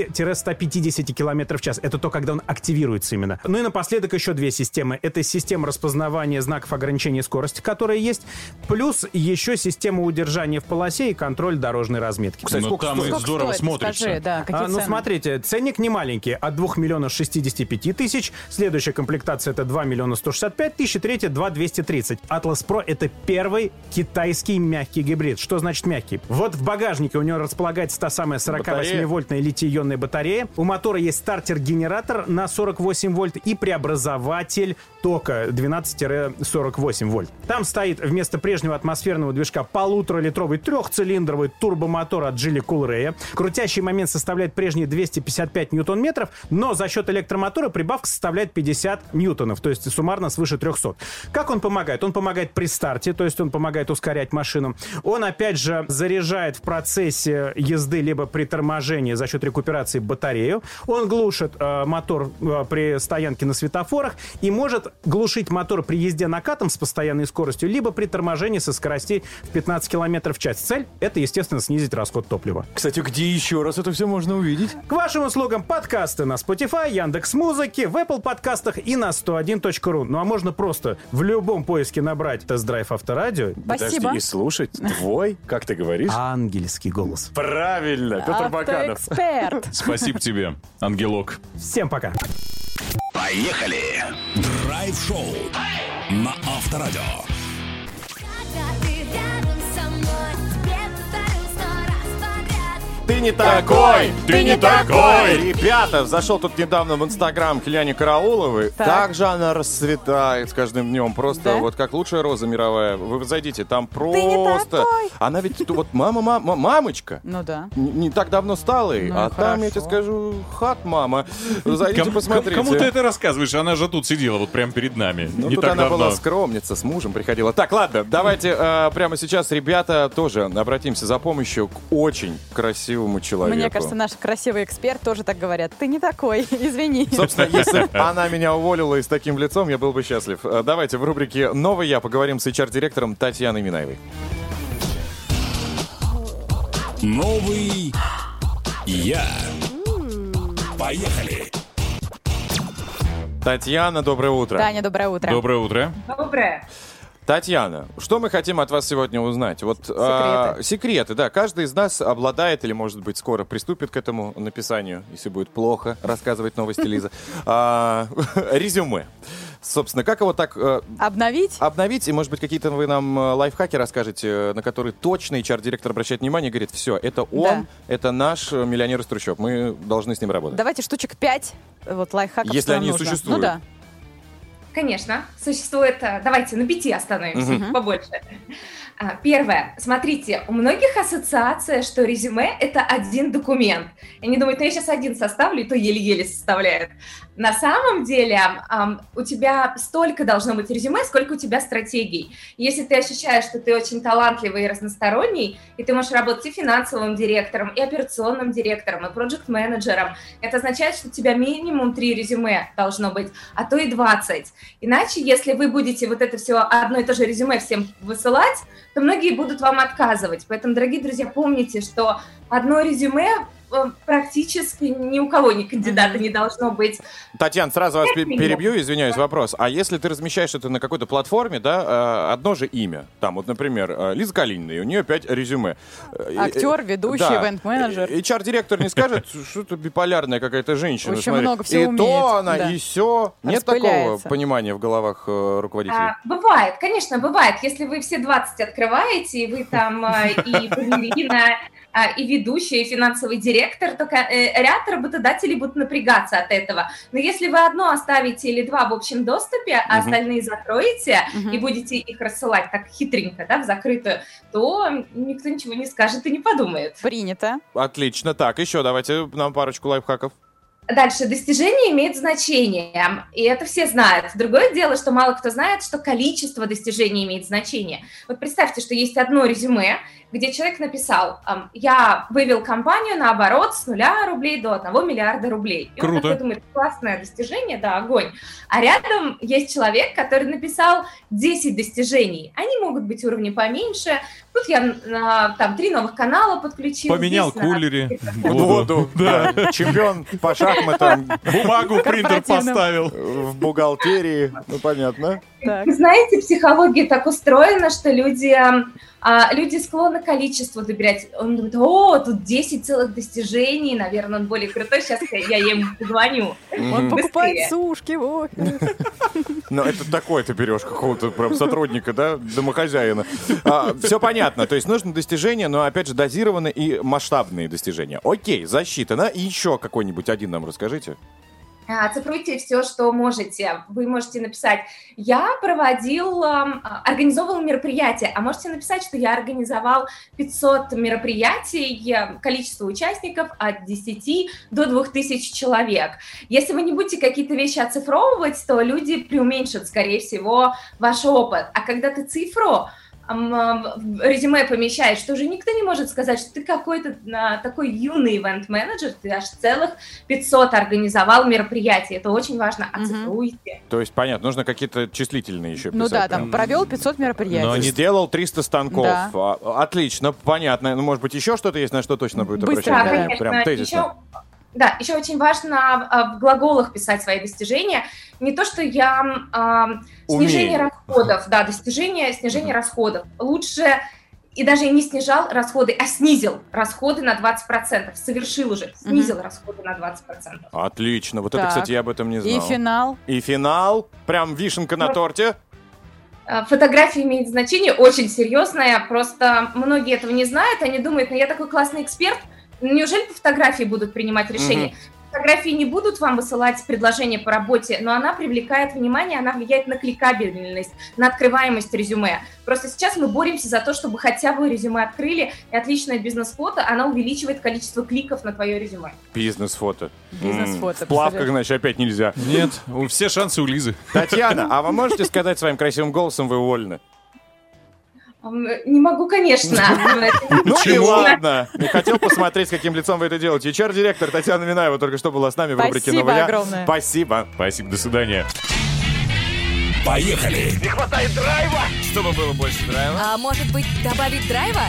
[SPEAKER 7] 30-150 км в час. Это то, когда он активируется именно. Ну и напоследок еще две системы. Это система распознавания знаков ограничения скорости, которая есть, плюс еще система удержания в полосе и контроль дорожной разметки.
[SPEAKER 2] Кстати,
[SPEAKER 4] Но
[SPEAKER 2] сколько
[SPEAKER 4] Ну, там
[SPEAKER 2] стоит?
[SPEAKER 4] и
[SPEAKER 3] Сколько
[SPEAKER 4] здорово
[SPEAKER 3] стоит?
[SPEAKER 4] смотрится.
[SPEAKER 3] Скажи, да, какие
[SPEAKER 7] А, ну,
[SPEAKER 3] цены?
[SPEAKER 7] смотрите, ценник не маленький. От 2 миллионов 65 тысяч. Следующая комплектация это 2 миллиона 165 тысяч. И третья 2 230. Atlas Pro это первый китайский мягкий гибрид. Что значит мягкий? Вот в багажнике у него располагается та самая 48-вольтная литий-ионная батарея. У мотора есть стартер-генератор на 48 вольт и преобразователь тока 12-48 вольт. Там стоит вместо прежнего атмосферного движка полуторалитровый трехцилиндровый турбомотор от Geely Coolray. Крутящий момент составляет прежние 255 ньютон-метров, но за счет электромотора прибавка составляет 50 ньютонов, то есть суммарно свыше 300. Как он помогает? Он помогает при старте, то есть он помогает ускорять машину. Он, опять же, заряжает в процессе езды либо при торможении за счет рекуперации батарею. Он глушит э, мотор э, при стоянке на светофорах и может глушить мотор при езде накатом с постоянной скоростью, либо при торможении со скоростей в 15 км в час. Цель — это, естественно, снизить расход топлива.
[SPEAKER 2] Кстати, где еще раз это все можно увидеть?
[SPEAKER 7] К вашим услугам подкасты на Spotify, Яндекс Музыки, в Apple подкастах и на 101.ru. Ну а можно просто в любом поиске набрать тест-драйв авторадио.
[SPEAKER 3] Спасибо.
[SPEAKER 2] и слушать твой, как ты говоришь?
[SPEAKER 7] Ангельский голос.
[SPEAKER 2] Правильно, Петр Баканов.
[SPEAKER 3] Автоэксперт.
[SPEAKER 4] Спасибо тебе, ангелок.
[SPEAKER 7] Всем пока.
[SPEAKER 5] Поехали! Драйв-шоу на Авторадио.
[SPEAKER 8] Когда ты рядом со мной, тебе повторю сто раз подряд.
[SPEAKER 2] Ты не такой! Ты не такой! Ребята, зашел тут недавно в Инстаграм к Ляне Карауловой.
[SPEAKER 3] Так.
[SPEAKER 2] Как же она расцветает с каждым днем. Просто
[SPEAKER 3] Да?
[SPEAKER 2] вот как лучшая роза мировая. Вы зайдите, там
[SPEAKER 3] не
[SPEAKER 2] просто...
[SPEAKER 3] такой!
[SPEAKER 2] Она ведь тут вот мама, мама, мамочка.
[SPEAKER 3] Ну да.
[SPEAKER 2] Н- Не так давно стала ей,
[SPEAKER 3] Ну и
[SPEAKER 2] а там,
[SPEAKER 3] хорошо.
[SPEAKER 2] я тебе скажу, хат, мама. Ну, Зайдите,
[SPEAKER 4] Кому-
[SPEAKER 2] посмотрите.
[SPEAKER 4] Кому ты это рассказываешь? Она же тут сидела, вот прямо перед нами.
[SPEAKER 2] Ну,
[SPEAKER 4] не
[SPEAKER 2] тут
[SPEAKER 4] так
[SPEAKER 2] она
[SPEAKER 4] давно.
[SPEAKER 2] была скромница, с мужем приходила. Так, ладно, давайте э, прямо сейчас, ребята, тоже обратимся за помощью к очень красивому человеку.
[SPEAKER 3] Мне кажется, наш красивый эксперт тоже так говорят. Ты не такой, *laughs* извини. *laughs*
[SPEAKER 2] Собственно, если б она меня уволила и с таким лицом, я был бы счастлив. Э, Давайте в рубрике «Новый я» поговорим с HR-директором Татьяной Минаевой.
[SPEAKER 5] Новый я. Поехали!
[SPEAKER 2] Татьяна, доброе утро.
[SPEAKER 3] Таня, доброе утро.
[SPEAKER 4] Доброе утро.
[SPEAKER 2] Татьяна, что мы хотим от вас сегодня узнать? Вот секреты. секреты, да. Каждый из нас обладает или, может быть, скоро приступит к этому написанию, если будет плохо рассказывать новости Лиза. А, Резюме. Собственно, как его так э,
[SPEAKER 3] Обновить?
[SPEAKER 2] обновить? И, может быть, какие-то вы нам э, лайфхаки расскажете, э, на которые точно HR-директор обращает внимание и говорит, все, это он, это наш э, миллионер из трущоб, мы должны с ним работать.
[SPEAKER 3] Давайте штучек 5 вот лайфхаков.
[SPEAKER 2] Если
[SPEAKER 3] что нам
[SPEAKER 2] они
[SPEAKER 3] нужно.
[SPEAKER 2] существуют.
[SPEAKER 3] Ну да.
[SPEAKER 9] Конечно, существует... э, Давайте на пяти остановимся, побольше. А, Первое. Смотрите, у многих ассоциация, что резюме – это один документ. И они думают, ну я сейчас один составлю, и то еле-еле составляют. На самом деле ам, у тебя столько должно быть резюме, сколько у тебя стратегий. Если ты ощущаешь, что ты очень талантливый и разносторонний, и ты можешь работать и финансовым директором, и операционным директором, и проект-менеджером, это означает, что у тебя минимум три резюме должно быть, а то и 20. Иначе, если вы будете вот это все одно и то же резюме всем высылать, то многие будут вам отказывать. Поэтому, дорогие друзья, помните, что одно резюме э, практически ни у кого ни кандидата не должно быть. А,
[SPEAKER 2] Татьяна, сразу вас пе-
[SPEAKER 9] минимум.
[SPEAKER 2] перебью, извиняюсь, вопрос. А если ты размещаешь это на какой-то платформе, да, э, одно же имя, там вот, например, э, Лиза Калинина, и у нее пять резюме. Э,
[SPEAKER 3] Актер,
[SPEAKER 2] э,
[SPEAKER 3] ведущий, ивент-менеджер.
[SPEAKER 2] Э, HR-директор не скажет, *laughs* что это биполярная какая-то женщина.
[SPEAKER 3] Очень
[SPEAKER 2] смотри.
[SPEAKER 3] много всего
[SPEAKER 2] И
[SPEAKER 3] умеет,
[SPEAKER 2] то она,
[SPEAKER 3] да.
[SPEAKER 2] и все. Нет такого
[SPEAKER 3] Распыляется.
[SPEAKER 2] понимания в головах э, руководителей?
[SPEAKER 9] А, бывает, конечно, бывает. Если вы все 20 открываете, и вы там э, и балерина, э, и ведущая, и финансовый директор, то ка- э, ряд работодателей будут напрягаться от этого. Но если вы одно оставите или два в общем доступе, а
[SPEAKER 2] Мгм.
[SPEAKER 9] остальные закроете
[SPEAKER 3] Мгм.
[SPEAKER 9] и будете их рассылать так хитренько, да, в закрытую, то никто ничего не скажет и не подумает.
[SPEAKER 3] Принято.
[SPEAKER 2] Отлично. Так, еще давайте нам парочку лайфхаков.
[SPEAKER 9] Дальше, достижение имеет значение, и это все знают. Другое дело, что мало кто знает, что количество достижений имеет значение. Вот представьте, что есть одно резюме, где человек написал, ам, я вывел компанию на оборот с нуля рублей до 1 миллиарда рублей. И он
[SPEAKER 4] Круто.
[SPEAKER 9] такой думает, классное достижение, да, огонь. А рядом есть человек, который написал 10 достижений. Они могут быть уровни поменьше. Тут я м, а, там три новых канала подключил.
[SPEAKER 4] Поменял
[SPEAKER 9] здесь на-
[SPEAKER 4] кулери,
[SPEAKER 3] *laughs*
[SPEAKER 4] *laughs*
[SPEAKER 2] Воду.
[SPEAKER 4] воду, да.
[SPEAKER 2] Да. Чемпион по шахматам
[SPEAKER 4] бумагу в принтер
[SPEAKER 3] Корпоративным.
[SPEAKER 4] поставил.
[SPEAKER 2] э, в бухгалтерии. Ну, понятно.
[SPEAKER 3] Так.
[SPEAKER 9] Вы знаете, психология так устроена, что люди, эм, а, люди склонны количеству добирать. Он думает, о, тут 10 целых достижений, наверное, он более крутой, сейчас я ему *laughs* позвоню.
[SPEAKER 3] Он
[SPEAKER 2] Мгм.
[SPEAKER 3] покупает
[SPEAKER 9] Быстрее.
[SPEAKER 3] сушки, ох.
[SPEAKER 2] Ну, это такое ты берешь какого-то прям сотрудника, да, домохозяина. все понятно. То есть нужно достижения, но, опять же, дозированные и масштабные достижения. Окей, засчитано. И еще какой-нибудь один нам расскажите.
[SPEAKER 9] А, Оцифруйте все, что можете. Вы можете написать, я проводил, эм, а, организовывал мероприятие, а можете написать, что я организовал 500 мероприятий, э, количество участников от 10 до 2000 человек. Если вы не будете какие-то вещи оцифровывать, то люди преуменьшат, скорее всего, ваш опыт. А когда ты цифру ам, э, в резюме помещаешь, то уже никто не может сказать, что ты какой-то а, такой юный ивент-менеджер, ты аж целых 500 организовал мероприятие. Это очень важно.
[SPEAKER 3] Мгм.
[SPEAKER 9] Оцифруйте.
[SPEAKER 2] То есть, понятно, нужно какие-то числительные еще
[SPEAKER 3] Ну
[SPEAKER 2] писать
[SPEAKER 3] да,
[SPEAKER 2] прям.
[SPEAKER 3] там провел 500
[SPEAKER 4] Но
[SPEAKER 2] Но
[SPEAKER 4] они-
[SPEAKER 3] мероприятий.
[SPEAKER 2] не сделал 300 станков.
[SPEAKER 3] Да.
[SPEAKER 2] А, Отлично, понятно. Ну, может быть, еще что-то есть, на что точно будет
[SPEAKER 3] Быстро,
[SPEAKER 2] обращать
[SPEAKER 9] Да,
[SPEAKER 2] внимание?
[SPEAKER 9] а, конечно.
[SPEAKER 2] Прям тезисно.
[SPEAKER 9] Еще- да, еще очень важно а, в глаголах писать свои достижения. Не то, что я м, ам,
[SPEAKER 2] Умею.
[SPEAKER 9] снижение расходов, да, достижение, снижение расходов. Лучше и даже не снижал расходы, а снизил расходы на 20%. Совершил уже, снизил расходы на 20%.
[SPEAKER 2] Отлично. Вот это,
[SPEAKER 3] Так.
[SPEAKER 2] кстати, я об этом не знал.
[SPEAKER 3] И финал.
[SPEAKER 2] И финал. Прям вишенка на торте.
[SPEAKER 9] А, Фотография имеет значение, очень серьезная, просто многие этого не знают, они думают, ну я такой классный эксперт, неужели по фотографии будут принимать решения? Фотографии не будут вам высылать предложение по работе, но она привлекает внимание, она влияет на кликабельность, на открываемость резюме. Просто сейчас мы боремся за то, чтобы хотя бы резюме открыли, и отличная бизнес-фото, она увеличивает количество кликов на твое резюме.
[SPEAKER 2] Бизнес-фото.
[SPEAKER 3] Бизнес-фото,
[SPEAKER 2] М, В плавках,
[SPEAKER 3] представляешь?
[SPEAKER 2] значит, опять нельзя.
[SPEAKER 4] Нет, у- все шансы у Лизы.
[SPEAKER 2] Татьяна, а вы можете сказать своим красивым голосом, вы уволены?
[SPEAKER 9] Ам, э, Не могу, конечно.
[SPEAKER 2] Ну и
[SPEAKER 4] Почему?
[SPEAKER 2] ладно. Не хотел посмотреть, с каким лицом вы это делаете. HR-директор Татьяна Минаева только что была с нами в рубрике
[SPEAKER 3] Спасибо
[SPEAKER 2] «Новый я».
[SPEAKER 3] огромное.
[SPEAKER 2] Спасибо.
[SPEAKER 4] Спасибо, до свидания.
[SPEAKER 5] Поехали!
[SPEAKER 4] Чтобы было больше драйва.
[SPEAKER 1] А может быть, добавить драйва?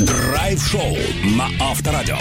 [SPEAKER 5] Драйв-шоу на Авторадио.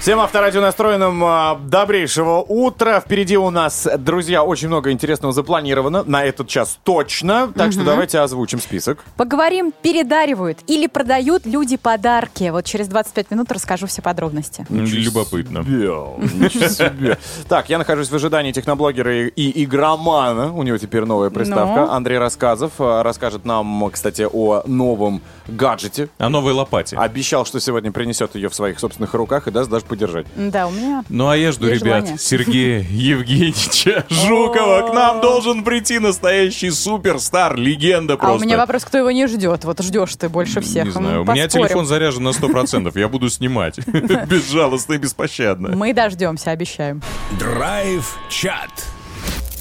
[SPEAKER 2] Всем авторадио настроенным а, добрейшего утра. Впереди у нас, друзья, очень много интересного запланировано. На этот час точно. Так что давайте озвучим список.
[SPEAKER 3] Поговорим, передаривают или продают люди подарки. Вот через 25 минут расскажу все подробности.
[SPEAKER 2] Ну.
[SPEAKER 4] Любопытно.
[SPEAKER 2] Ничего себе. Так, я нахожусь в ожидании техноблогера и- и игромана. У него теперь новая приставка.
[SPEAKER 3] Ну.
[SPEAKER 2] Андрей Рассказов а, расскажет нам, кстати, о новом гаджете.
[SPEAKER 4] О новой лопате.
[SPEAKER 2] Обещал, что сегодня принесет ее в своих собственных руках и даст даже подержать.
[SPEAKER 3] Да, у меня
[SPEAKER 4] Ну а я жду,
[SPEAKER 3] Есть
[SPEAKER 4] ребят,
[SPEAKER 3] желание? *laughs*
[SPEAKER 4] Сергея Евгеньевича Жукова. К нам должен прийти настоящий суперстар, легенда
[SPEAKER 3] А
[SPEAKER 4] просто.
[SPEAKER 3] у меня вопрос, кто его не ждет? Вот ждешь ты больше всех.
[SPEAKER 4] Не знаю,
[SPEAKER 3] М,
[SPEAKER 4] у меня
[SPEAKER 3] поспорим.
[SPEAKER 4] телефон заряжен на 100%, я буду снимать. *laughs* Безжалостно и беспощадно.
[SPEAKER 3] Мы дождемся, обещаем.
[SPEAKER 5] Драйв-чат.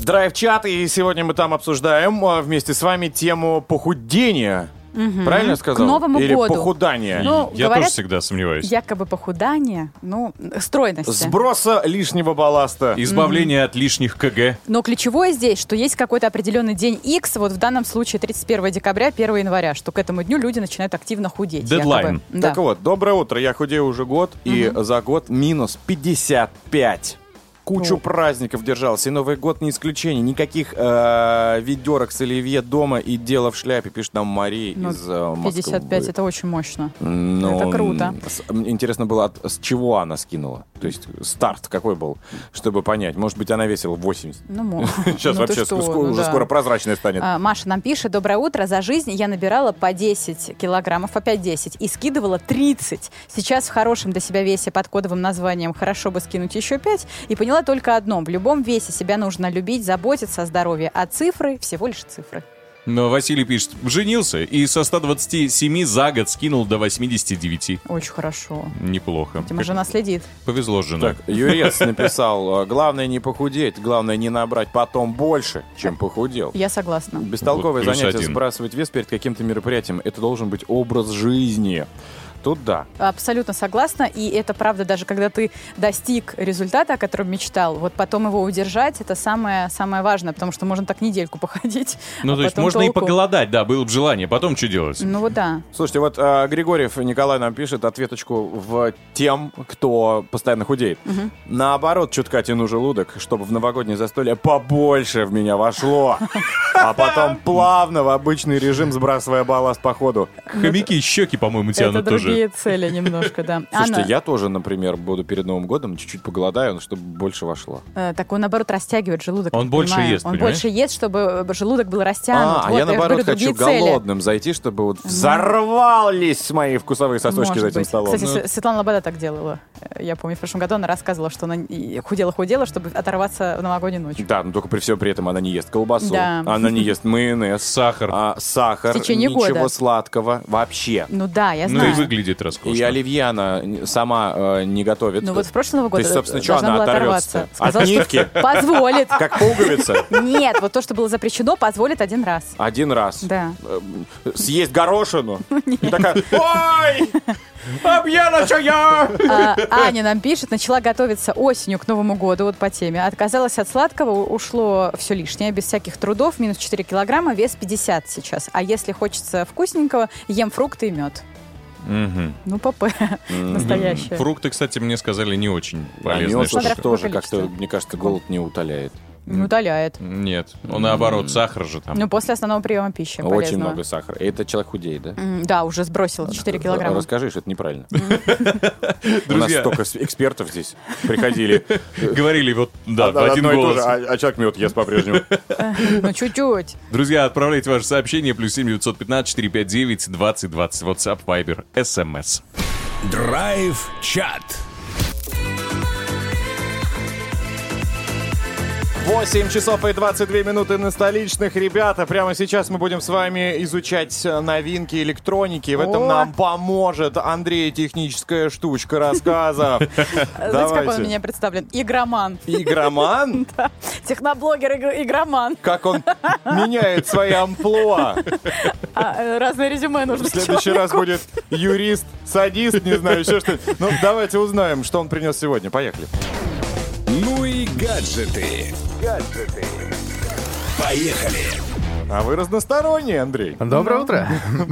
[SPEAKER 2] Драйв-чат, и сегодня мы там обсуждаем а, вместе с вами тему похудения. Правильно я сказал?
[SPEAKER 3] Новому
[SPEAKER 2] Или
[SPEAKER 3] году.
[SPEAKER 2] похудания.
[SPEAKER 3] Ну,
[SPEAKER 4] Я
[SPEAKER 3] говорят,
[SPEAKER 4] тоже всегда сомневаюсь.
[SPEAKER 3] якобы похудание, ну, стройность.
[SPEAKER 2] Сброса лишнего балласта.
[SPEAKER 4] Избавление от лишних КГ.
[SPEAKER 3] Но ключевое здесь, что есть какой-то определенный день X, вот в данном случае 31 декабря, 1 января, что к этому дню люди начинают активно худеть.
[SPEAKER 4] Дедлайн.
[SPEAKER 3] якобы. Да.
[SPEAKER 2] Так вот, доброе утро. Я худею уже год, и за год минус 55. Кучу праздников держался, и Новый год не исключение. Никаких э, ведерок с оливье дома и дело в шляпе, пишет нам Мария
[SPEAKER 3] Ну,
[SPEAKER 2] из э, Москвы.
[SPEAKER 3] 55 это очень мощно.
[SPEAKER 2] Ну,
[SPEAKER 3] Это круто.
[SPEAKER 2] м, с- м, Интересно было, от- с чего она скинула? То есть старт какой был, чтобы понять. Может быть, она весила 80.
[SPEAKER 3] Ну, мо-
[SPEAKER 2] *laughs*
[SPEAKER 3] ну
[SPEAKER 2] Сейчас
[SPEAKER 3] ты
[SPEAKER 2] вообще
[SPEAKER 3] что,
[SPEAKER 2] ск- ск-
[SPEAKER 3] ну
[SPEAKER 2] уже
[SPEAKER 3] да.
[SPEAKER 2] скоро прозрачная станет.
[SPEAKER 3] А, Маша нам пишет, доброе утро, за жизнь я набирала по 10 килограммов, опять 10, и скидывала 30. Сейчас в хорошем для себя весе под кодовым названием «Хорошо бы скинуть еще 5» и поняла только одно, в любом весе себя нужно любить, заботиться о здоровье, а цифры всего лишь цифры.
[SPEAKER 4] Но Василий пишет, женился и со 127 за год скинул до 89.
[SPEAKER 3] Очень хорошо.
[SPEAKER 4] Неплохо.
[SPEAKER 3] Дима, жена следит.
[SPEAKER 4] Повезло с женой.
[SPEAKER 2] Так, Юрец написал, э, главное не похудеть, главное не набрать потом больше, чем похудел.
[SPEAKER 3] Я ну. согласна.
[SPEAKER 2] Бестолковое
[SPEAKER 4] Вот плюс
[SPEAKER 2] занятие
[SPEAKER 4] один.
[SPEAKER 2] сбрасывать вес перед каким-то мероприятием. Это должен быть образ жизни. Тут да.
[SPEAKER 3] Абсолютно согласна. И это правда, даже когда ты достиг результата, о котором мечтал, вот потом его удержать, это самое, самое важное, потому что можно так недельку *laughs* походить.
[SPEAKER 4] Ну,
[SPEAKER 3] а
[SPEAKER 4] то есть
[SPEAKER 3] потом
[SPEAKER 4] можно и
[SPEAKER 3] толку.
[SPEAKER 4] поголодать, да, было бы желание. Потом что делать?
[SPEAKER 3] Ну вот да.
[SPEAKER 2] Слушайте, вот э, Григорьев Николай нам пишет ответочку в тем, кто постоянно худеет. Наоборот, чутка тяну желудок, чтобы в новогоднее застолье побольше в меня вошло. А потом плавно в обычный режим, сбрасывая балласт по ходу.
[SPEAKER 4] Хомяки и щеки, по-моему,
[SPEAKER 3] Это
[SPEAKER 4] тянут тоже.
[SPEAKER 3] другие цели немножко, да.
[SPEAKER 2] *laughs* Слушайте,
[SPEAKER 3] Анна,
[SPEAKER 2] я тоже, например, буду перед Новым годом чуть-чуть поголодаю, но чтобы больше вошло.
[SPEAKER 3] э, так он, наоборот, растягивает желудок.
[SPEAKER 4] Он
[SPEAKER 3] я
[SPEAKER 4] больше
[SPEAKER 3] понимаю.
[SPEAKER 4] ест,
[SPEAKER 3] Он
[SPEAKER 4] понимаешь?
[SPEAKER 3] больше ест, чтобы э, желудок был растянут.
[SPEAKER 2] а,
[SPEAKER 3] Вот,
[SPEAKER 2] я наоборот
[SPEAKER 3] говорю,
[SPEAKER 2] хочу
[SPEAKER 3] другие цели.
[SPEAKER 2] голодным зайти, чтобы вот взорвались мои вкусовые сосочки
[SPEAKER 3] Может
[SPEAKER 2] за этим
[SPEAKER 3] быть.
[SPEAKER 2] столом. Ну.
[SPEAKER 3] Кстати, Св- Светлана Лобода так делала. Э, Я помню, в прошлом году она рассказывала, что она и худела-худела, чтобы оторваться в новогоднюю ночь.
[SPEAKER 2] Да, но только при всем при этом она не ест колбасу,
[SPEAKER 3] Да.
[SPEAKER 2] она не ест майонез,
[SPEAKER 4] Сахар.
[SPEAKER 2] а сахар,
[SPEAKER 3] В течение
[SPEAKER 2] ничего
[SPEAKER 3] года.
[SPEAKER 2] сладкого вообще.
[SPEAKER 3] Ну да, я
[SPEAKER 4] Ну и
[SPEAKER 3] знаю.
[SPEAKER 4] выглядит роскошно.
[SPEAKER 2] И оливье она н- сама э, не готовит.
[SPEAKER 3] Ну вот в прошлом Новый год
[SPEAKER 2] есть, собственно, чё
[SPEAKER 3] должна
[SPEAKER 2] она
[SPEAKER 3] была
[SPEAKER 2] оторвётся-то?
[SPEAKER 3] оторваться.
[SPEAKER 2] От
[SPEAKER 3] Сказала, что
[SPEAKER 2] нитки?
[SPEAKER 3] позволит. *laughs*
[SPEAKER 2] Как пуговица.
[SPEAKER 3] Нет, вот то, что было запрещено, позволит один раз.
[SPEAKER 2] Один раз.
[SPEAKER 3] Да.
[SPEAKER 2] Э, Съесть горошину. И такая, ой, объела, что я.
[SPEAKER 3] А, Аня нам пишет, начала готовиться осенью к Новому году, вот по теме. Отказалась от сладкого, у- ушло все лишнее, без всяких трудов, минус 4 килограмма, вес 50 сейчас. А если хочется вкусненького, ем фрукты и мед.
[SPEAKER 4] Мгм.
[SPEAKER 3] Ну, ПП настоящее.
[SPEAKER 4] Фрукты, кстати, мне сказали, не очень
[SPEAKER 2] А
[SPEAKER 4] полезная
[SPEAKER 2] мёд
[SPEAKER 4] штука.
[SPEAKER 2] же тоже
[SPEAKER 3] количество.
[SPEAKER 2] как-то, мне кажется, голод не утоляет.
[SPEAKER 3] Не утоляет.
[SPEAKER 4] Нет, ну, наоборот, сахар же там.
[SPEAKER 3] Ну, после основного приема пищи
[SPEAKER 2] А. Очень
[SPEAKER 3] полезного.
[SPEAKER 2] много сахара. И это человек худеет, да?
[SPEAKER 3] М, Да, уже сбросила 4 килограмма.
[SPEAKER 2] Расскажи, что это неправильно. У нас столько с- экспертов здесь приходили.
[SPEAKER 4] Говорили вот, да,
[SPEAKER 2] Од-
[SPEAKER 4] в один
[SPEAKER 2] одно и то
[SPEAKER 4] голос.
[SPEAKER 2] же, а- А человек мед ест по-прежнему.
[SPEAKER 3] Ну, чуть-чуть.
[SPEAKER 4] Друзья, отправляйте ваше сообщение. Плюс 7 915 459 2020. WhatsApp, Viber, SMS.
[SPEAKER 5] Драйв-чат.
[SPEAKER 2] 8 часов и 22 минуты на столичных. Ребята, прямо сейчас мы будем с вами изучать э, новинки электроники. В этом
[SPEAKER 3] О!
[SPEAKER 2] нам поможет Андрей Техническая штучка рассказов.
[SPEAKER 3] *laughs* Знаете, как он у
[SPEAKER 2] Давайте.
[SPEAKER 3] меня представлен? Игроман.
[SPEAKER 2] Игроман?
[SPEAKER 3] *laughs* Да. Техноблогер, игр- игроман.
[SPEAKER 2] Как он меняет свои амплуа.
[SPEAKER 3] А, э, разное резюме нужно
[SPEAKER 2] В следующий раз
[SPEAKER 3] человеку.
[SPEAKER 2] будет юрист, садист, не знаю, еще что Ну, давайте узнаем, что он принес сегодня. Поехали.
[SPEAKER 5] Ну и гаджеты. Гаджеты. Поехали.
[SPEAKER 2] А вы разносторонний, Андрей.
[SPEAKER 10] Доброе утро.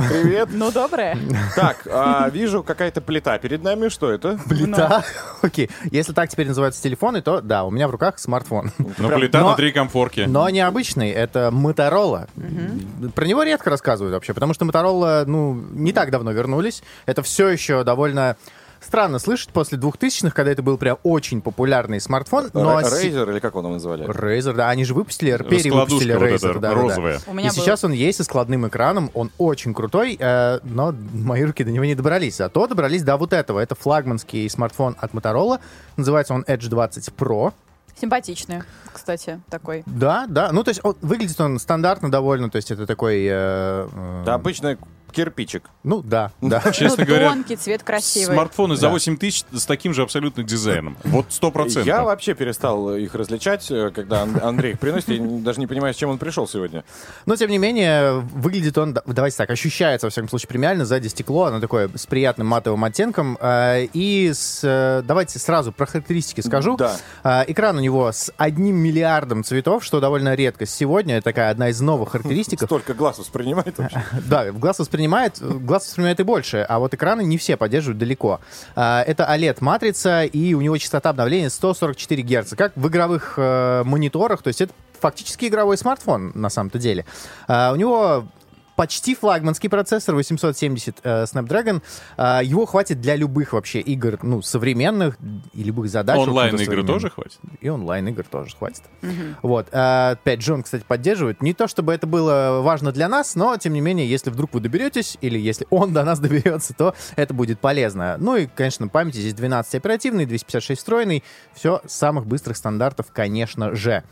[SPEAKER 2] Привет.
[SPEAKER 3] Ну, доброе.
[SPEAKER 2] Так, а, вижу, какая-то плита перед нами. Что это?
[SPEAKER 10] Плита. *laughs* Окей. Если так теперь называются телефоны, то да, у меня в руках смартфон.
[SPEAKER 2] Ну,
[SPEAKER 10] *laughs*
[SPEAKER 4] Но плита
[SPEAKER 10] Но-
[SPEAKER 4] на Ну, три комфорки.
[SPEAKER 10] Но необычный, это Моторола. Про него редко рассказывают вообще, потому что Моторола, ну, не так давно вернулись. Это все еще довольно странно слышать после 2000-х, когда это был прям очень популярный смартфон. Но
[SPEAKER 2] Ра-
[SPEAKER 10] се-
[SPEAKER 2] Razer или как он его назвали?
[SPEAKER 10] Ну, а Razer, да, они же выпустили, перевыпустили
[SPEAKER 4] Раскладушка вот
[SPEAKER 10] Razer.
[SPEAKER 4] эта
[SPEAKER 10] да, да, да.
[SPEAKER 4] розовая.
[SPEAKER 3] У меня был-
[SPEAKER 10] и сейчас он есть со складным экраном, он очень крутой, э, но мои руки до него не добрались. Зато добрались до вот этого. Это флагманский смартфон от Motorola, называется он Edge 20 Pro.
[SPEAKER 3] Симпатичный, кстати, такой.
[SPEAKER 10] Да, да, ну то есть он- выглядит он стандартно довольно, то есть это такой... э, э,
[SPEAKER 2] Да, обычный кирпичик.
[SPEAKER 10] Ну да, да.
[SPEAKER 4] Честно
[SPEAKER 3] ну,
[SPEAKER 4] говоря,
[SPEAKER 3] тонкий, цвет красивый.
[SPEAKER 4] смартфоны за
[SPEAKER 10] Да.
[SPEAKER 4] 8 тысяч с таким же абсолютно
[SPEAKER 2] *laughs*
[SPEAKER 4] дизайном. Вот 100%.
[SPEAKER 2] Я вообще перестал их различать, э, когда Ан- Андрей их приносит. Я не- даже не понимаю, с чем он пришел сегодня.
[SPEAKER 10] Но тем не менее, выглядит он, да- давайте так, ощущается во всяком случае премиально, сзади стекло, оно такое с приятным матовым оттенком. э, И с, э, давайте сразу про характеристики скажу.
[SPEAKER 2] Да.
[SPEAKER 10] Э, Экран у него с одним миллиардом цветов, что довольно редко сегодня, это такая одна из новых характеристик.
[SPEAKER 2] Столько глаз воспринимает вообще.
[SPEAKER 10] *laughs* Да, в глаз воспринимает, в глаз воспринимает и больше, а вот экраны не все поддерживают далеко. А, Это OLED-матрица, и у него частота обновления 144 Гц, как в игровых э, мониторах, то есть это фактически игровой смартфон на самом-то деле. А, У него почти флагманский процессор 870 э, Snapdragon. А, Его хватит для любых вообще игр, ну, современных и любых задач. в общем-то,
[SPEAKER 4] Онлайн-игры
[SPEAKER 10] современных
[SPEAKER 4] тоже хватит?
[SPEAKER 10] и онлайн-игр тоже хватит. Вот. А, 5G он, кстати, поддерживает. Не то, чтобы это было важно для нас, но, тем не менее, если вдруг вы доберетесь, или если он до нас *laughs* доберется, то это будет полезно. Ну и, конечно, памяти здесь 12 оперативный, 256 встроенный. Все самых быстрых стандартов, конечно же.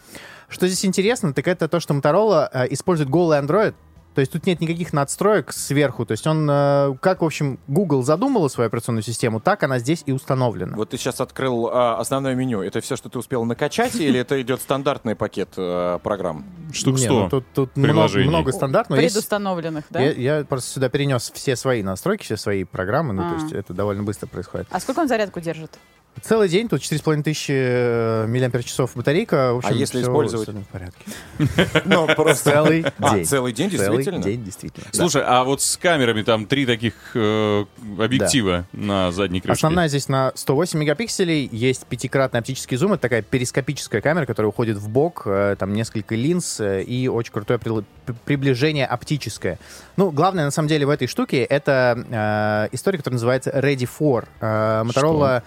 [SPEAKER 10] Что здесь интересно, так это то, что Motorola э, использует голый Android, то есть тут нет никаких надстроек сверху. То есть он, э, как, в общем, Google задумала свою операционную систему, так она здесь и установлена.
[SPEAKER 2] Вот ты сейчас открыл а, основное меню. Это все, что ты успел накачать, или это идет стандартный пакет а, программ?
[SPEAKER 4] Штук
[SPEAKER 10] Не,
[SPEAKER 4] 100.
[SPEAKER 10] ну тут, тут много,
[SPEAKER 4] приложений.
[SPEAKER 10] много стандарт, но есть-
[SPEAKER 3] Предустановленных, да?
[SPEAKER 10] Я, я просто сюда перенес все свои настройки, все свои программы, ну,
[SPEAKER 3] А.
[SPEAKER 10] то есть это довольно быстро происходит.
[SPEAKER 3] А сколько он зарядку держит?
[SPEAKER 10] Целый день, тут 4500 тысячи э, миллиампер часов батарейка, в общем,
[SPEAKER 2] А если
[SPEAKER 10] всё
[SPEAKER 2] использовать?
[SPEAKER 10] абсолютно в порядке.
[SPEAKER 2] *laughs* Ну,
[SPEAKER 4] *laughs*
[SPEAKER 2] просто... *laughs*
[SPEAKER 10] Целый
[SPEAKER 2] А,
[SPEAKER 10] день.
[SPEAKER 2] целый день, действительно?
[SPEAKER 10] Целый день, действительно. Да.
[SPEAKER 4] Слушай, а вот с камерами там три таких э, объектива на задней крышке.
[SPEAKER 10] Основная здесь на 108 мегапикселей, есть пятикратный оптический зум, это такая перископическая камера, которая уходит в бок, э, там несколько линз э, и очень крутое прил- п- приближение оптическое. Ну, главное на самом деле в этой штуке это э, история, которая называется Ready for. Э, Motorola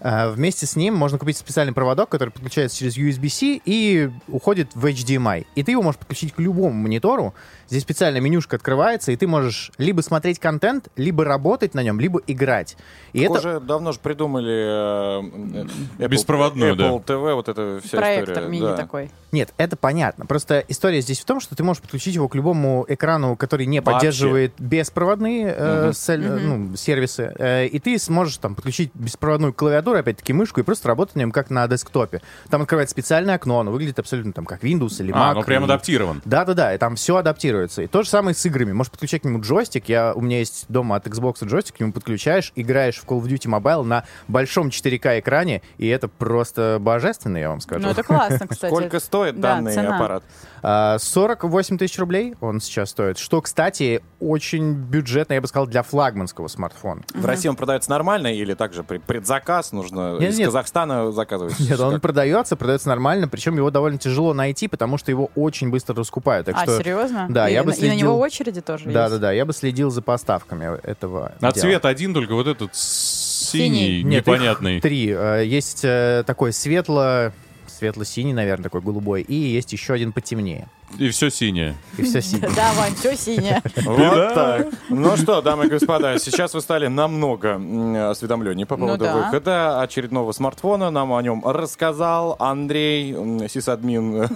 [SPEAKER 10] э, вместе с ним можно купить специальный проводок, который подключается через USB-C и уходит в HDMI. И ты его можешь подключить к любому монитору. Здесь специальная менюшка открывается, и ты можешь либо смотреть контент, либо работать на нем, либо играть. И это
[SPEAKER 2] Уже давно же придумали э, Apple-
[SPEAKER 4] Беспроводную, да.
[SPEAKER 2] Apple TV, вот это вся
[SPEAKER 3] Проектор
[SPEAKER 2] история.
[SPEAKER 3] мини
[SPEAKER 2] да.
[SPEAKER 3] такой.
[SPEAKER 10] Нет, это понятно. Просто история здесь в том, что ты можешь подключить его к любому экрану, который не
[SPEAKER 2] Вообще.
[SPEAKER 10] поддерживает беспроводные э,
[SPEAKER 2] Мгм.
[SPEAKER 10] сел- э, ну, сервисы. Э, и ты сможешь там подключить беспроводную клавиатуру, опять-таки мышку, и просто работать на нем как на десктопе. Там открывается специальное окно, оно выглядит абсолютно там как Windows или Mac.
[SPEAKER 4] А, ну прям
[SPEAKER 10] И-
[SPEAKER 4] адаптирован.
[SPEAKER 10] да-да-да, и там все адаптируется. И то же самое с играми. Можешь подключать к нему джойстик. Я, у меня есть дома от Xbox джойстик, к нему подключаешь, играешь в Call of Duty Mobile на большом 4К экране, и это просто божественно, я вам скажу.
[SPEAKER 3] Ну, это классно,
[SPEAKER 10] *laughs*
[SPEAKER 3] кстати.
[SPEAKER 2] Сколько стоит
[SPEAKER 3] Да,
[SPEAKER 2] данный
[SPEAKER 3] цена.
[SPEAKER 2] аппарат?
[SPEAKER 10] А, 48 тысяч рублей он сейчас стоит, что, кстати, очень бюджетно, я бы сказал, для флагманского смартфона.
[SPEAKER 2] В России он продается нормально или также при- предзаказ нужно
[SPEAKER 10] Нет,
[SPEAKER 2] из
[SPEAKER 10] нет.
[SPEAKER 2] Казахстана заказывать?
[SPEAKER 10] Нет, он
[SPEAKER 2] Как?
[SPEAKER 10] продается, продается нормально, причем его довольно тяжело найти, потому что его очень быстро раскупают. Так
[SPEAKER 3] а,
[SPEAKER 10] что,
[SPEAKER 3] серьезно?
[SPEAKER 10] Да,
[SPEAKER 3] и,
[SPEAKER 10] я бы
[SPEAKER 3] на- И на него
[SPEAKER 10] следил.
[SPEAKER 3] очереди тоже
[SPEAKER 10] да,
[SPEAKER 3] есть?
[SPEAKER 10] да, да, я бы следил за поставками этого.
[SPEAKER 4] А
[SPEAKER 10] дела.
[SPEAKER 4] цвет один только, вот этот синий,
[SPEAKER 3] Синий.
[SPEAKER 10] Нет, их
[SPEAKER 4] непонятный.
[SPEAKER 10] Три. Э, Есть э, такой светло, светло-синий, наверное, такой голубой, и есть еще один потемнее.
[SPEAKER 4] И все синее.
[SPEAKER 3] *laughs*
[SPEAKER 10] И все синее.
[SPEAKER 3] Да, Вань, все
[SPEAKER 10] *laughs*
[SPEAKER 3] синее.
[SPEAKER 2] *laughs* Вот так. Ну что, дамы и господа, сейчас вы стали намного м, осведомленнее по
[SPEAKER 3] Ну
[SPEAKER 2] поводу
[SPEAKER 3] да.
[SPEAKER 2] выхода очередного смартфона. Нам о нем рассказал Андрей, м, сисадмин э,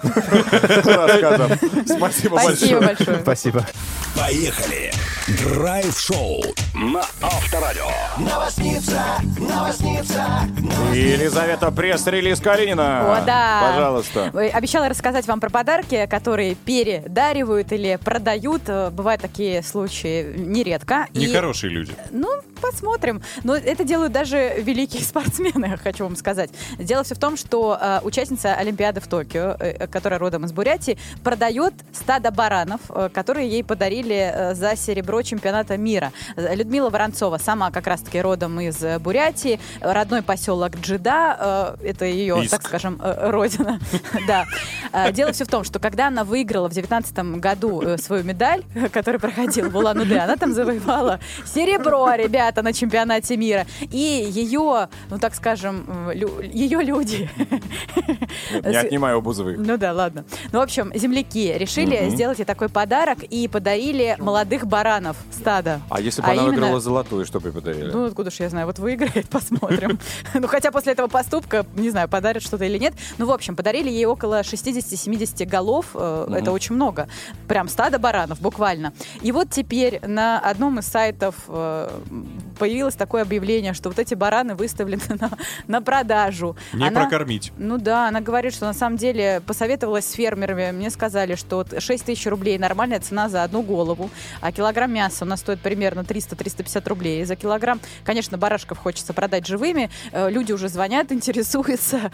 [SPEAKER 2] рассказов.
[SPEAKER 3] Спасибо
[SPEAKER 2] Спасибо большое.
[SPEAKER 3] большое.
[SPEAKER 10] Спасибо.
[SPEAKER 5] Поехали! Драйв-шоу на Авторадио.
[SPEAKER 2] Елизавета, пресс-релиз Калинина.
[SPEAKER 4] А,
[SPEAKER 3] О, да.
[SPEAKER 2] Пожалуйста.
[SPEAKER 3] Э, Обещала рассказать вам про подарки, которые передаривают или продают. Э, Бывают такие случаи нередко. И,
[SPEAKER 4] Нехорошие люди.
[SPEAKER 3] Ну, посмотрим. Но это делают даже великие *laughs* спортсмены, я хочу вам сказать. Дело все в том, что э, участница Олимпиады в Токио, э, которая родом из Бурятии, продает стадо баранов, э, которые ей подарили э, за серебро чемпионата мира. Э, Людмила Воронцова сама как раз-таки родом из э, Бурятии, э, родной поселок Джида, э, это ее,
[SPEAKER 4] Иск.
[SPEAKER 3] так скажем, э, родина. *laughs* Да. Э, Дело все в том, что когда она выиграла в 19 году э, свою медаль, которая проходила в Улан-Удэ, Ну она там завоевала серебро, ребята, на чемпионате мира. И ее, ну так скажем, э, лю- ее люди
[SPEAKER 2] Не отнимай у Бузовой.
[SPEAKER 3] ну да, ладно. Ну, в общем, земляки решили сделать ей такой подарок и подарили молодых баранов стада.
[SPEAKER 2] А если бы она
[SPEAKER 3] именно-
[SPEAKER 2] выиграла золотую, что бы ей подарили?
[SPEAKER 3] Ну, откуда ж я знаю, вот выиграет, *laughs* посмотрим. Ну, хотя после этого поступка, не знаю, подарят что-то или нет. Ну, в общем, подарили ей около 60-70 голов, э, это очень много. Прям стадо баранов, буквально. И вот теперь на одном из сайтов э, появилось такое объявление, что вот эти бараны выставлены *laughs* на, на продажу.
[SPEAKER 4] Не
[SPEAKER 3] Она-
[SPEAKER 4] прокормить.
[SPEAKER 3] ну да, она говорит, что на самом деле посоветовалась с фермерами. Мне сказали, что вот 6 тысяч рублей нормальная цена за одну голову, а килограмм мяса у нас стоит примерно 300-350 рублей за килограмм. Конечно, барашков хочется продать живыми. Э, Люди уже звонят, *laughs* интересуются.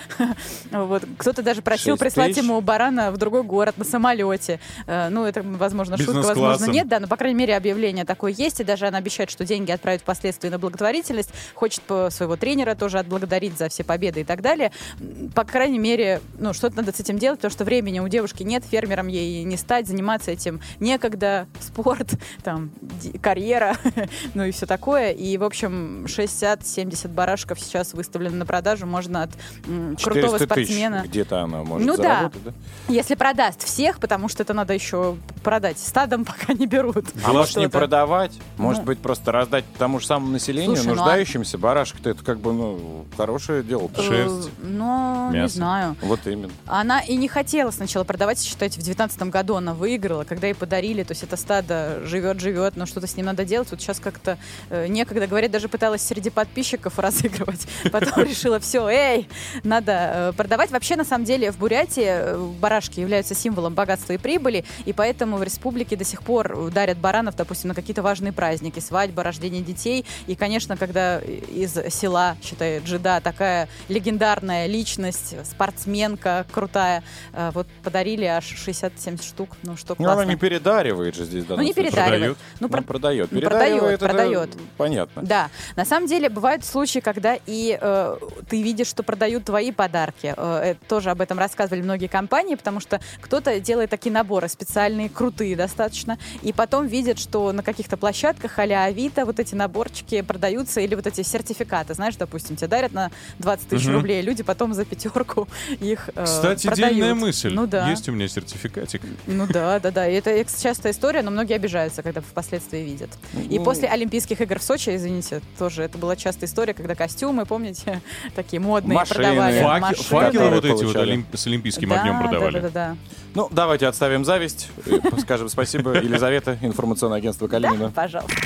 [SPEAKER 3] Вот. Кто-то даже просил
[SPEAKER 2] 6
[SPEAKER 3] прислать
[SPEAKER 2] тысяч?
[SPEAKER 3] ему барана в другой город на самолете. Э, Ну, это, возможно, шутка, возможно,
[SPEAKER 4] Бизнес-классом.
[SPEAKER 3] нет. Да, но, по крайней мере, объявление такое есть. И даже она обещает, что деньги отправит впоследствии на благотворительность. Хочет по- своего тренера тоже отблагодарить за все победы и так далее. М, По крайней мере, ну, что-то надо с этим делать, потому что времени у девушки нет, фермером ей не стать, заниматься этим некогда, спорт, *laughs* там, ди- карьера, *laughs* ну и все такое. И, в общем, 60-70 барашков сейчас выставлены на продажу. Можно от м, крутого
[SPEAKER 2] 400 тысяч
[SPEAKER 3] спортсмена...
[SPEAKER 2] где-то она может
[SPEAKER 3] Ну да.
[SPEAKER 2] заработать, да?
[SPEAKER 3] Если продаст всех, потому что это надо еще продать. Стадом пока не берут.
[SPEAKER 2] А может
[SPEAKER 3] Что
[SPEAKER 2] не
[SPEAKER 3] это?
[SPEAKER 2] продавать, может
[SPEAKER 3] Ну.
[SPEAKER 2] быть просто раздать тому же самому населению,
[SPEAKER 3] Слушай, ну а-
[SPEAKER 2] нуждающимся. Барашек-то это как бы, ну, хорошее дело.
[SPEAKER 3] Э,
[SPEAKER 4] Шерсть,
[SPEAKER 3] Ну, не
[SPEAKER 4] мясо.
[SPEAKER 3] знаю.
[SPEAKER 2] Вот именно.
[SPEAKER 3] Она и не хотела сначала продавать, считайте, в 2019 году она выиграла, когда ей подарили, то есть это стадо живет-живет, но что-то с ним надо делать. Вот сейчас как-то э, некогда, говорит, даже пыталась среди подписчиков *laughs* разыгрывать. Потом *laughs* решила, все, эй, надо э, продавать. Вообще, на самом деле, в Бурятии э, барашки являются символом богатства и прибыли, и поэтому в республике до сих пор дарят баранов, допустим, на какие-то важные праздники, свадьба, рождение детей. И, конечно, когда из села, считай, Джида, такая легендарная личность, спортсменка крутая, э, вот подарили аж 60-70 штук, ну что
[SPEAKER 2] Ну, она
[SPEAKER 3] классно.
[SPEAKER 2] не передаривает же здесь. в данном
[SPEAKER 3] Ну, не
[SPEAKER 2] случае.
[SPEAKER 3] передаривает.
[SPEAKER 4] Продает.
[SPEAKER 3] Ну, про-
[SPEAKER 2] Ну, продает.
[SPEAKER 3] ну,
[SPEAKER 2] Передаривает,
[SPEAKER 3] продает,
[SPEAKER 2] это Понятно.
[SPEAKER 3] да, на самом деле бывают случаи, когда и э, ты видишь, что продают твои подарки. Э, это тоже об этом рассказывали многие компании, потому что кто-то делает такие наборы специальные, крутые достаточно, и потом видит, что на каких-то площадках а-ля Авито вот эти наборчики продаются или вот эти сертификаты, знаешь, допустим, тебе дарят на 20 тысяч
[SPEAKER 4] Мгм.
[SPEAKER 3] рублей, а люди потом за пятерку их э,
[SPEAKER 4] Кстати,
[SPEAKER 3] продают.
[SPEAKER 4] дельная мысль.
[SPEAKER 3] Ну да.
[SPEAKER 4] Есть у меня сертификатик.
[SPEAKER 3] Ну да, да, да. И это экс- частая история, но многие обижаются, когда впоследствии видят. И
[SPEAKER 2] Ну.
[SPEAKER 3] после Олимпийских игр в Сочи, извините, тоже это была частая история, когда костюмы, помните, *laughs* такие модные
[SPEAKER 2] Машины.
[SPEAKER 3] продавали.
[SPEAKER 2] Факи-
[SPEAKER 4] Факи-
[SPEAKER 3] машины.
[SPEAKER 4] Факелы
[SPEAKER 2] Которые
[SPEAKER 4] вот эти вот
[SPEAKER 2] получали.
[SPEAKER 4] олимп- с олимпийским
[SPEAKER 3] Да,
[SPEAKER 4] огнем
[SPEAKER 3] да,
[SPEAKER 4] продавали.
[SPEAKER 3] Да, да,
[SPEAKER 2] Ну, давайте отставим зависть. и
[SPEAKER 3] *laughs*
[SPEAKER 2] Скажем спасибо Елизавета, информационное агентство
[SPEAKER 3] да.
[SPEAKER 2] Калинина.
[SPEAKER 3] Да, пожалуйста.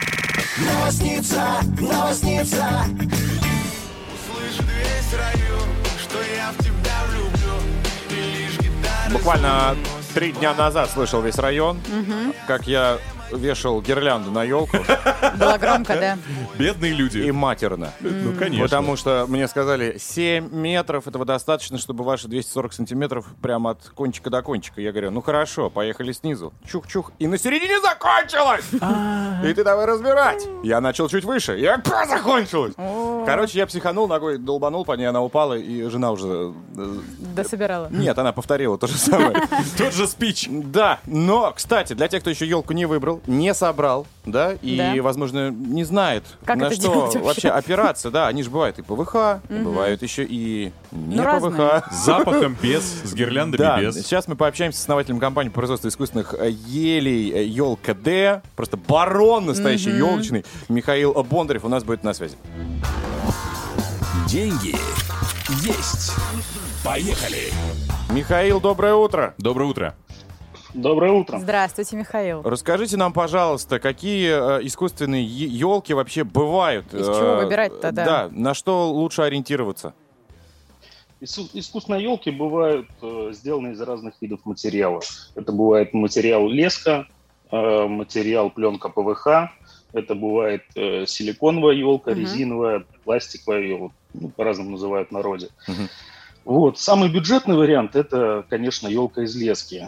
[SPEAKER 5] Новосница, новосница.
[SPEAKER 2] Буквально три дня назад слышал весь район, как я вешал гирлянду на елку
[SPEAKER 3] Было громко, да.
[SPEAKER 4] Бедные люди.
[SPEAKER 2] и матерно.
[SPEAKER 4] Ну, конечно.
[SPEAKER 2] Потому что мне сказали, 7 метров этого достаточно, чтобы ваши 240 сантиметров прямо от кончика до кончика. Я говорю, ну хорошо, поехали снизу. Чух-чух. И на середине закончилось! И ты давай разбирать. Я начал чуть выше. Я «Па, А, закончилось! Короче, я психанул, ногой долбанул по ней, она упала, и жена уже... э,
[SPEAKER 3] Дособирала.
[SPEAKER 2] Нет, она повторила то же самое.
[SPEAKER 4] *laughs* Тот же спич.
[SPEAKER 2] Да, но, кстати, для тех, кто еще елку не выбрал, не собрал, да, и,
[SPEAKER 3] Да.
[SPEAKER 2] возможно, не знает,
[SPEAKER 3] Как
[SPEAKER 2] на
[SPEAKER 3] это
[SPEAKER 2] что
[SPEAKER 3] делать вообще?
[SPEAKER 2] опираться, да, они же бывают и ПВХ, и бывают еще и не
[SPEAKER 3] Ну, разные.
[SPEAKER 2] *laughs* ПВХ.
[SPEAKER 4] С запахом без, с гирляндами
[SPEAKER 2] Да,
[SPEAKER 4] без.
[SPEAKER 2] сейчас мы пообщаемся с основателем компании по производству искусственных э, елей э, Елка Д. Просто барон настоящий елочный. Михаил Бондарев у нас будет на связи.
[SPEAKER 5] Деньги есть. Поехали.
[SPEAKER 2] Михаил, доброе утро.
[SPEAKER 4] Доброе утро.
[SPEAKER 11] Доброе утро.
[SPEAKER 3] Здравствуйте,
[SPEAKER 2] *laughs*
[SPEAKER 3] Михаил.
[SPEAKER 2] Расскажите нам, пожалуйста, какие э, искусственные елки вообще бывают?
[SPEAKER 3] Из чего
[SPEAKER 2] Э,
[SPEAKER 3] выбирать-то, да.
[SPEAKER 2] Да, на что лучше ориентироваться?
[SPEAKER 11] Ис- Искусственные елки бывают э, сделаны из разных видов материала. Это бывает материал леска, э, материал пленка ПВХ, Это бывает э, силиконовая елка,
[SPEAKER 12] Мгм.
[SPEAKER 11] резиновая, пластиковая елка, ну, по-разному называют в народе. Вот. Самый бюджетный вариант – это, конечно, елка из лески.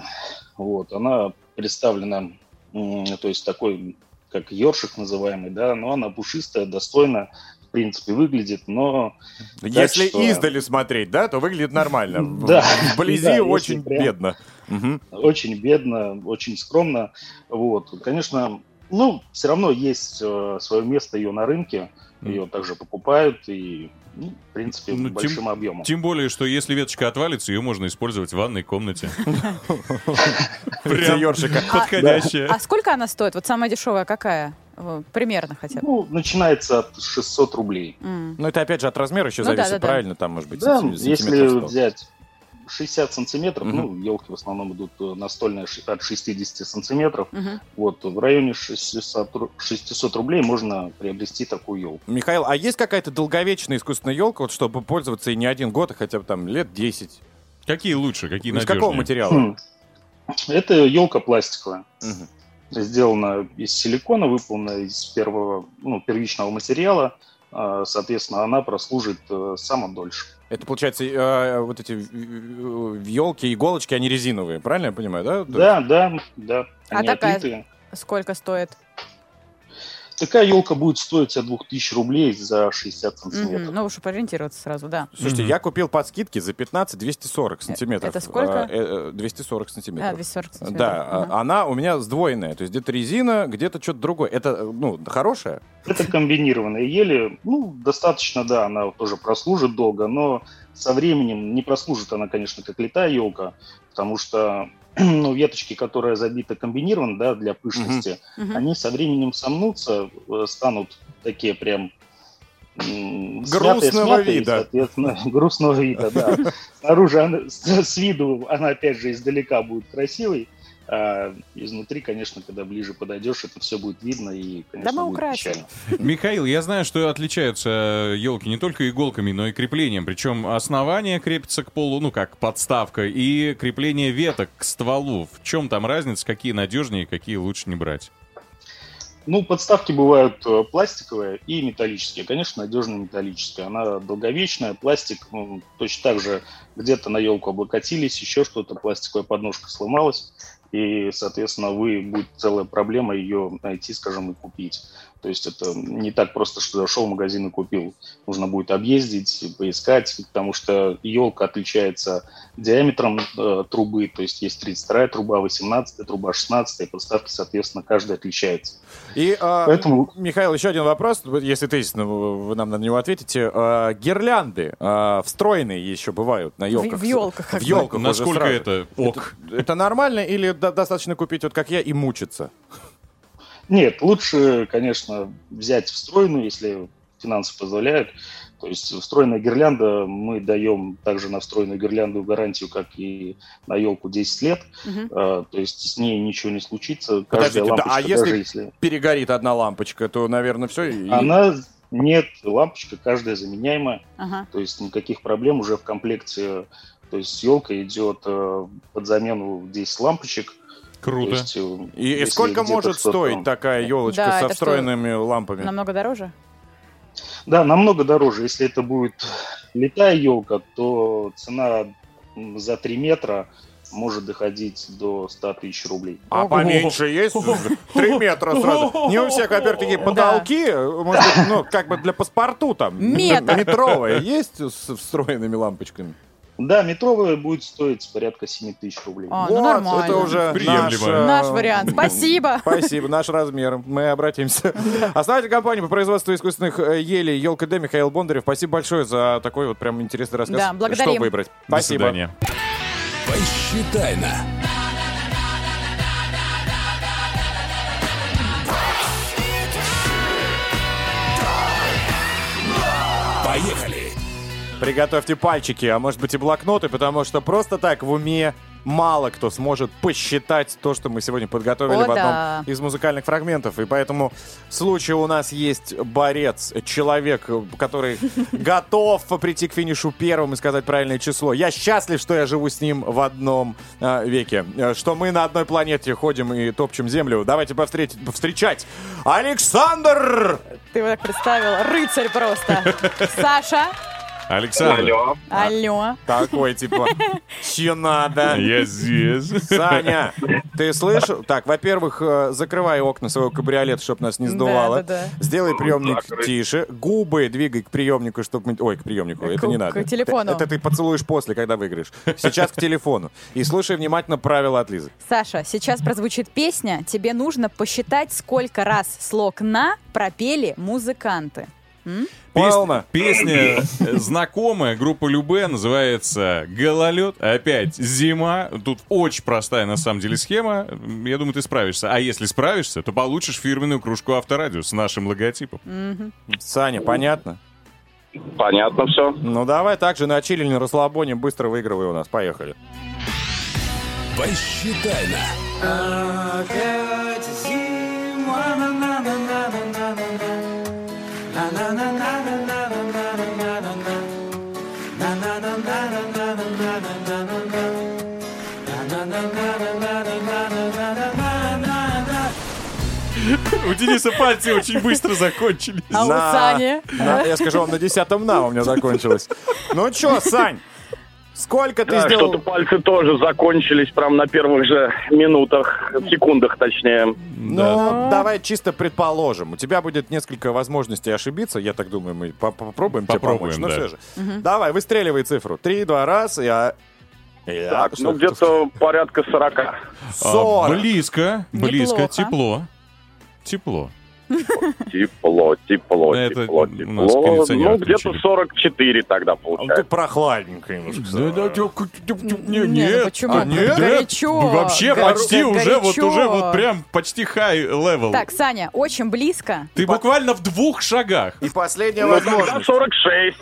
[SPEAKER 11] Вот. Она представлена, м, то есть такой, как ёршик называемый, да, но она пушистая, достойно, в принципе, выглядит, но... так,
[SPEAKER 2] Если
[SPEAKER 11] что-
[SPEAKER 2] издали смотреть, да, то выглядит нормально. В-
[SPEAKER 11] *laughs* Да. Да,
[SPEAKER 2] Вблизи
[SPEAKER 11] если
[SPEAKER 2] очень
[SPEAKER 11] прям-
[SPEAKER 2] бедно. Мгм.
[SPEAKER 11] Очень бедно, очень скромно. Вот, конечно, ну, все равно есть свое место ее на рынке, ее также покупают и, ну, в принципе,
[SPEAKER 4] Ну, тем-
[SPEAKER 11] большим объемом.
[SPEAKER 4] Тем более, что если веточка отвалится, ее можно использовать в ванной
[SPEAKER 11] *laughs*
[SPEAKER 4] комнате. Прям
[SPEAKER 2] ёршика.
[SPEAKER 4] Подходящая.
[SPEAKER 3] А сколько она стоит? Вот самая дешевая какая? Э, Примерно хотя бы.
[SPEAKER 11] Ну, начинается от 600 рублей.
[SPEAKER 3] М.
[SPEAKER 2] Ну, это опять же от размера еще
[SPEAKER 3] Ну, да,
[SPEAKER 2] зависит,
[SPEAKER 3] да, да.
[SPEAKER 2] правильно? Там, может быть,
[SPEAKER 11] Да,
[SPEAKER 2] сантим-
[SPEAKER 11] если
[SPEAKER 2] сантиметров сто.
[SPEAKER 11] взять 60 сантиметров,
[SPEAKER 2] Мгм.
[SPEAKER 11] ну, елки в основном идут э, настольные ши- от 60 сантиметров,
[SPEAKER 3] Мгм.
[SPEAKER 11] вот, в районе 600, ру- 600 рублей можно приобрести такую елку.
[SPEAKER 2] Михаил, а есть какая-то долговечная искусственная елка, вот, чтобы пользоваться и не один год, а хотя бы там лет 10?
[SPEAKER 4] Какие лучше, какие
[SPEAKER 2] Из какого
[SPEAKER 4] надежнее?
[SPEAKER 11] Хм.
[SPEAKER 2] материала?
[SPEAKER 11] Это елка пластиковая. Сделана из силикона, выполнена из первого, ну, первичного материала. А, Соответственно, она прослужит э, сама дольше.
[SPEAKER 2] Это, получается, э, вот эти елки, иголочки, они резиновые, правильно я понимаю, да?
[SPEAKER 11] Да, да, да.
[SPEAKER 3] А
[SPEAKER 11] Они
[SPEAKER 3] такая
[SPEAKER 11] отлитые.
[SPEAKER 3] сколько стоит?
[SPEAKER 11] Такая елка будет стоить от 2000 рублей за 60 сантиметров.
[SPEAKER 3] Мгм. Ну, чтобы ориентироваться сразу, да.
[SPEAKER 2] Слушайте, я купил по скидке за 15 240 сантиметров.
[SPEAKER 3] Э, Это сколько?
[SPEAKER 2] Э, э, 240 сантиметров.
[SPEAKER 3] А, 240 сантиметров.
[SPEAKER 2] Да,
[SPEAKER 3] Мгм.
[SPEAKER 2] а, она у меня сдвоенная. То есть где-то резина, где-то что-то другое. Это, э, ну, хорошая?
[SPEAKER 11] Это комбинированные ели. Ну, достаточно, да, она тоже прослужит долго, но со временем не прослужит она, конечно, как летая елка, потому что *clears throat* ну, веточки, которые забиты комбинирован, да, для пышности,
[SPEAKER 5] Мгм. Мгм.
[SPEAKER 11] они со временем сомнутся, э, станут такие прям м,
[SPEAKER 2] Грустного
[SPEAKER 11] смятые, смятые, и,
[SPEAKER 2] вида.
[SPEAKER 11] соответственно, *laughs* грустного вида, да. Снаружи она- с, с виду она, опять же, издалека будет красивой, а изнутри, конечно, когда ближе подойдешь, это все будет видно и, конечно,
[SPEAKER 3] мы
[SPEAKER 11] будет
[SPEAKER 3] украсим.
[SPEAKER 11] печально.
[SPEAKER 4] Михаил, я знаю, что отличаются елки не только иголками, но и креплением. Причем основание крепится к полу, ну как подставка, и крепление веток к стволу. В чем там разница, какие надежнее, какие лучше не брать?
[SPEAKER 11] Ну, подставки бывают э, пластиковые и металлические. Конечно, надежная металлическая. Она долговечная, пластик ну, точно так же где-то на елку облокотились, еще что-то, пластиковая подножка сломалась, и, соответственно, вы будет целая проблема ее найти, скажем, и купить. То есть это не так просто, что зашел в магазин и купил. Нужно будет объездить, поискать, потому что елка отличается диаметром э, трубы, то есть есть 32 труба, 18 труба, 16 подставки, соответственно, каждая отличается.
[SPEAKER 2] И, э,
[SPEAKER 11] Поэтому-
[SPEAKER 2] Михаил, еще один вопрос, вот если ты, естественно, вы вы нам на него ответите. Э, гирлянды э, встроенные еще бывают на елках.
[SPEAKER 3] в ёлках как
[SPEAKER 2] В
[SPEAKER 3] бы.
[SPEAKER 2] елках
[SPEAKER 4] Насколько это ок?
[SPEAKER 2] Это, это нормально или до- достаточно купить, вот как я, и мучиться?
[SPEAKER 11] Нет, лучше, конечно, взять встроенную, если финансы позволяют. То есть встроенная гирлянда, мы даем также на встроенную гирлянду гарантию, как и на елку 10 лет.
[SPEAKER 2] Мгм.
[SPEAKER 11] А, То есть с ней ничего не случится.
[SPEAKER 2] Подождите,
[SPEAKER 11] Каждая
[SPEAKER 2] да,
[SPEAKER 11] лампочка,
[SPEAKER 2] а если,
[SPEAKER 11] даже если...
[SPEAKER 2] перегорит одна лампочка, то, наверное, все.
[SPEAKER 11] Она... Нет, лампочка каждая заменяемая.
[SPEAKER 3] Ага.
[SPEAKER 11] То есть никаких проблем уже в комплекте. То есть елка идет э, под замену 10 лампочек.
[SPEAKER 4] Круто.
[SPEAKER 11] То есть, э,
[SPEAKER 2] И, и
[SPEAKER 11] если
[SPEAKER 2] сколько
[SPEAKER 11] где-то
[SPEAKER 2] может
[SPEAKER 11] что-то
[SPEAKER 2] стоить
[SPEAKER 11] там-
[SPEAKER 2] такая елочка
[SPEAKER 3] Да,
[SPEAKER 2] со
[SPEAKER 3] это что,
[SPEAKER 2] встроенными лампами?
[SPEAKER 3] Намного дороже?
[SPEAKER 11] Да, намного дороже. Если это будет летая елка, то цена м, за 3 метра может доходить до 100 тысяч рублей.
[SPEAKER 2] А поменьше есть? Три метра сразу. Не у всех, во-первых, такие потолки, может быть, ну, как бы для паспорту там.
[SPEAKER 11] Метр.
[SPEAKER 2] Метровые есть с встроенными лампочками?
[SPEAKER 11] Да, метровая будет стоить порядка 7 тысяч рублей.
[SPEAKER 3] А, ну Вот, нормально.
[SPEAKER 2] Это уже наш, э,
[SPEAKER 3] Наш вариант.
[SPEAKER 2] *laughs*
[SPEAKER 3] Спасибо.
[SPEAKER 2] Спасибо, наш размер. Мы обратимся. Основатель компании по производству искусственных э, елей «Елка Д» Михаил Бондарев. Спасибо большое за такой вот прям интересный рассказ.
[SPEAKER 3] Да, благодарим.
[SPEAKER 2] Что выбрать?
[SPEAKER 4] До
[SPEAKER 2] Спасибо.
[SPEAKER 4] свидания.
[SPEAKER 5] Посчитай на. Поехали!
[SPEAKER 2] Приготовьте пальчики, а может быть и блокноты, потому что просто так в уме мало кто сможет посчитать то, что мы сегодня подготовили
[SPEAKER 3] О,
[SPEAKER 2] в одном
[SPEAKER 3] да.
[SPEAKER 2] из музыкальных фрагментов. И поэтому в случае у нас есть борец, человек, э,
[SPEAKER 3] *laughs*
[SPEAKER 2] который готов прийти к финишу первым и сказать правильное число. Я счастлив, что я живу с ним в одном э, веке. Э, Что мы на одной планете ходим и топчем землю. Давайте повстреть- повстречать Александр!
[SPEAKER 3] Ты его так представил. Рыцарь
[SPEAKER 2] *laughs*
[SPEAKER 3] просто. Саша.
[SPEAKER 4] Александр.
[SPEAKER 2] Алло.
[SPEAKER 3] Алло.
[SPEAKER 2] Такой, типа, че надо?
[SPEAKER 4] Я здесь.
[SPEAKER 2] Саня, ты слышал? Так, во-первых, э, закрывай окна своего кабриолета, чтобы нас не
[SPEAKER 3] Да,
[SPEAKER 2] сдувало.
[SPEAKER 3] да, да.
[SPEAKER 2] Сделай приемник тише. Губы двигай к приемнику, чтобы... Ой, к приемнику, это не
[SPEAKER 3] к
[SPEAKER 2] надо.
[SPEAKER 3] телефону.
[SPEAKER 2] Это ты поцелуешь после, когда выиграешь. Сейчас к телефону. И слушай внимательно правила от Лизы.
[SPEAKER 3] Саша, сейчас прозвучит песня. Тебе нужно посчитать, сколько раз слог «на» пропели музыканты. М?
[SPEAKER 4] Полно. Песня э, знакомая, группа Любе, называется «Гололед». Опять зима. Тут очень простая, на самом деле, схема. М, Я думаю, ты справишься. А если справишься, то получишь фирменную кружку «Авторадио» с нашим логотипом.
[SPEAKER 2] Саня, понятно?
[SPEAKER 12] Понятно все.
[SPEAKER 2] Ну давай так же на чиле, на расслабоне, быстро выигрывай у нас. Поехали.
[SPEAKER 5] Посчитай на.
[SPEAKER 8] Опять зима, на-на-на-на-на-на-на-на. На-на-на-на-на-на-на-на-на-на. На-на-на-на-на-на-на-на-на-на. На-на-на-на-на-на-на-на-на-на-на.
[SPEAKER 4] У Дениса пальцы очень быстро закончились.
[SPEAKER 8] А у
[SPEAKER 2] На-
[SPEAKER 8] Сани?
[SPEAKER 2] на- я скажу вам, на десятом на у меня закончилось. Ну чё, Сань, сколько ты
[SPEAKER 12] Да,
[SPEAKER 2] сделал?
[SPEAKER 12] что-то пальцы тоже закончились прям на первых же минутах, секундах точнее.
[SPEAKER 2] Ну, давай чисто предположим. У тебя будет несколько возможностей ошибиться. Я так думаю, мы по- попробуем тебе
[SPEAKER 4] Попробуем,
[SPEAKER 2] помочь. Но
[SPEAKER 4] да.
[SPEAKER 2] все же.
[SPEAKER 12] Мгм.
[SPEAKER 2] Давай, выстреливай цифру. Три, два, раз. Я... Я-
[SPEAKER 12] Так,
[SPEAKER 2] что-
[SPEAKER 12] ну где-то порядка 40.
[SPEAKER 4] А,
[SPEAKER 2] Сорок.
[SPEAKER 4] близко, близко,
[SPEAKER 12] Неплохо.
[SPEAKER 4] тепло. Тепло.
[SPEAKER 12] Тепло, тепло,
[SPEAKER 4] Это
[SPEAKER 12] тепло,
[SPEAKER 4] у нас
[SPEAKER 12] тепло.
[SPEAKER 4] кондиционер
[SPEAKER 12] Ну, где-то 44 тогда получается.
[SPEAKER 2] Ты Ну, прохладненько ему сказал.
[SPEAKER 4] Не,
[SPEAKER 12] ну
[SPEAKER 4] нет,
[SPEAKER 12] почему?
[SPEAKER 4] а, нет,
[SPEAKER 3] Горячо,
[SPEAKER 4] ну, вообще
[SPEAKER 3] горячо,
[SPEAKER 4] почти уже, вот
[SPEAKER 3] горячо.
[SPEAKER 4] уже вот прям почти high level.
[SPEAKER 3] Так, Саня, очень близко. *laughs*
[SPEAKER 4] Ты буквально в двух шагах.
[SPEAKER 2] И последняя
[SPEAKER 4] Ну, тогда
[SPEAKER 2] возможность.
[SPEAKER 12] 46.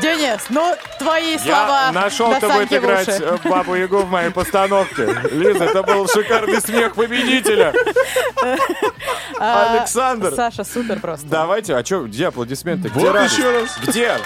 [SPEAKER 3] Денис, ну твои слова.
[SPEAKER 2] Я нашел,
[SPEAKER 3] до
[SPEAKER 2] кто будет
[SPEAKER 3] Саньки в
[SPEAKER 2] играть
[SPEAKER 3] уши.
[SPEAKER 2] э, Бабу Ягу в моей постановке. Лиза, это был шикарный смех победителя.
[SPEAKER 3] А,
[SPEAKER 2] Александр.
[SPEAKER 3] Саша, супер просто.
[SPEAKER 2] Давайте, а что, где аплодисменты? Где
[SPEAKER 4] Вот
[SPEAKER 2] радость?
[SPEAKER 4] еще раз.
[SPEAKER 2] Где ш-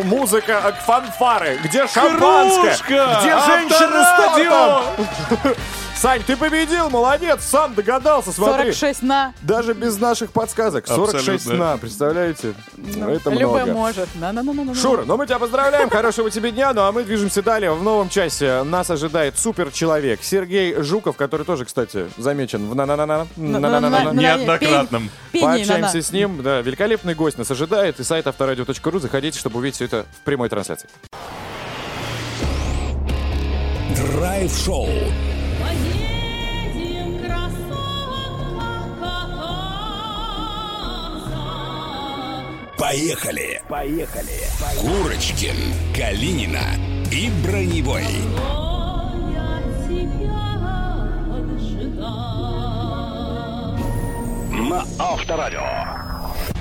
[SPEAKER 2] м- музыка, э, фанфары? Где шампанское?
[SPEAKER 4] Кружка!
[SPEAKER 2] Где женщины с
[SPEAKER 4] Авторадио!
[SPEAKER 2] тортом? *laughs* Сань, ты победил, молодец, сам догадался, смотри.
[SPEAKER 3] 46 на.
[SPEAKER 2] Даже без наших подсказок. 46
[SPEAKER 4] Абсолютно.
[SPEAKER 2] на, представляете? Это
[SPEAKER 3] Ну, Любой
[SPEAKER 2] много.
[SPEAKER 3] может. На-на-на-на-на.
[SPEAKER 2] Шура, ну мы тебя поздравляем, хорошего тебе дня, ну а мы движемся далее. В новом часе нас ожидает супер-человек Сергей Жуков, который тоже, кстати, замечен в на на на на
[SPEAKER 4] Неоднократном.
[SPEAKER 3] пень- пени на-на.
[SPEAKER 2] Пообщаемся с ним, да, великолепный гость нас ожидает, и сайт авторадио.ру, заходите, чтобы увидеть все это в прямой трансляции.
[SPEAKER 5] Драйв-шоу. Поехали. Поехали. Курочкин, Калинина и Броневой. На Авторадио.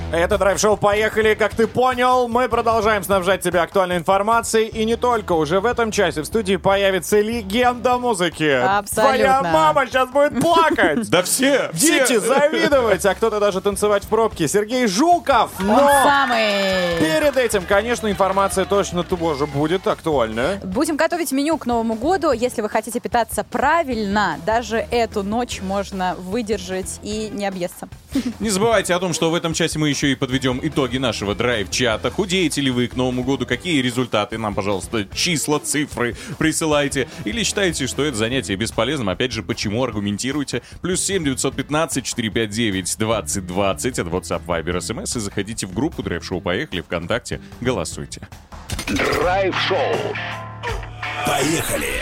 [SPEAKER 2] Это драйв-шоу «Поехали!» Как ты понял, мы продолжаем снабжать тебя актуальной информацией. И не только. Уже в этом часе в студии появится легенда музыки.
[SPEAKER 3] Абсолютно.
[SPEAKER 2] Твоя мама сейчас будет плакать.
[SPEAKER 4] Да все, все.
[SPEAKER 2] Дети завидовать, а кто-то даже танцевать в пробке. Сергей Жуков.
[SPEAKER 3] Он
[SPEAKER 2] Но
[SPEAKER 3] самый.
[SPEAKER 2] перед этим, конечно, информация точно тоже будет актуальная.
[SPEAKER 3] Будем готовить меню к Новому году. Если вы хотите питаться правильно, даже эту ночь можно выдержать и не объесться.
[SPEAKER 4] Не забывайте о том, что в этом часе мы еще и подведем итоги нашего драйв-чата. Худеете ли вы к Новому году? Какие результаты? Нам, пожалуйста, числа, цифры присылайте. Или считаете, что это занятие бесполезным? Опять же, почему? Аргументируйте. Плюс 7 915 459 2020. Это WhatsApp, Viber, SMS. И заходите в группу Драйв-шоу «Поехали» ВКонтакте. Голосуйте.
[SPEAKER 5] Драйв-шоу. Поехали.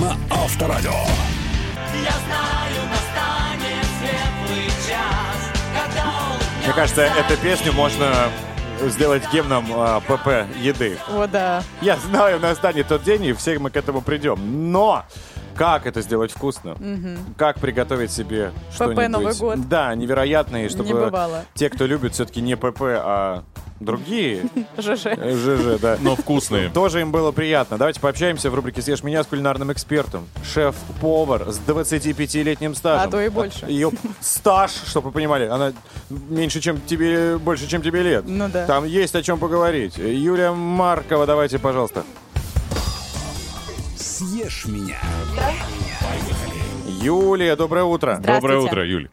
[SPEAKER 5] На Авторадио.
[SPEAKER 8] Я знаю, настанет светлый час, когда
[SPEAKER 2] Мне кажется, эту песню можно сделать гимном а, ПП еды.
[SPEAKER 3] О, да.
[SPEAKER 2] Я знаю, настанет тот день, и все мы к этому придем. Но Как это сделать вкусно? Как приготовить себе что-нибудь?
[SPEAKER 3] Новый год.
[SPEAKER 2] Да, невероятные, чтобы
[SPEAKER 3] Не бывало.
[SPEAKER 2] те, кто любит, все-таки не ПП, а другие
[SPEAKER 3] ЖЖ.
[SPEAKER 2] э, ЖЖ, да.
[SPEAKER 4] Но вкусные.
[SPEAKER 2] Тоже им было приятно. Давайте пообщаемся в рубрике «Съешь меня» с кулинарным экспертом. Шеф-повар с 25-летним стажем.
[SPEAKER 3] А то и больше.
[SPEAKER 2] Ее стаж, чтобы вы понимали, она меньше, чем тебе, больше, чем тебе лет.
[SPEAKER 3] Ну да.
[SPEAKER 2] Там есть о чем поговорить. Юлия Маркова, давайте, пожалуйста.
[SPEAKER 5] Съешь меня.
[SPEAKER 2] Юлия, доброе утро.
[SPEAKER 4] Доброе утро, Юль.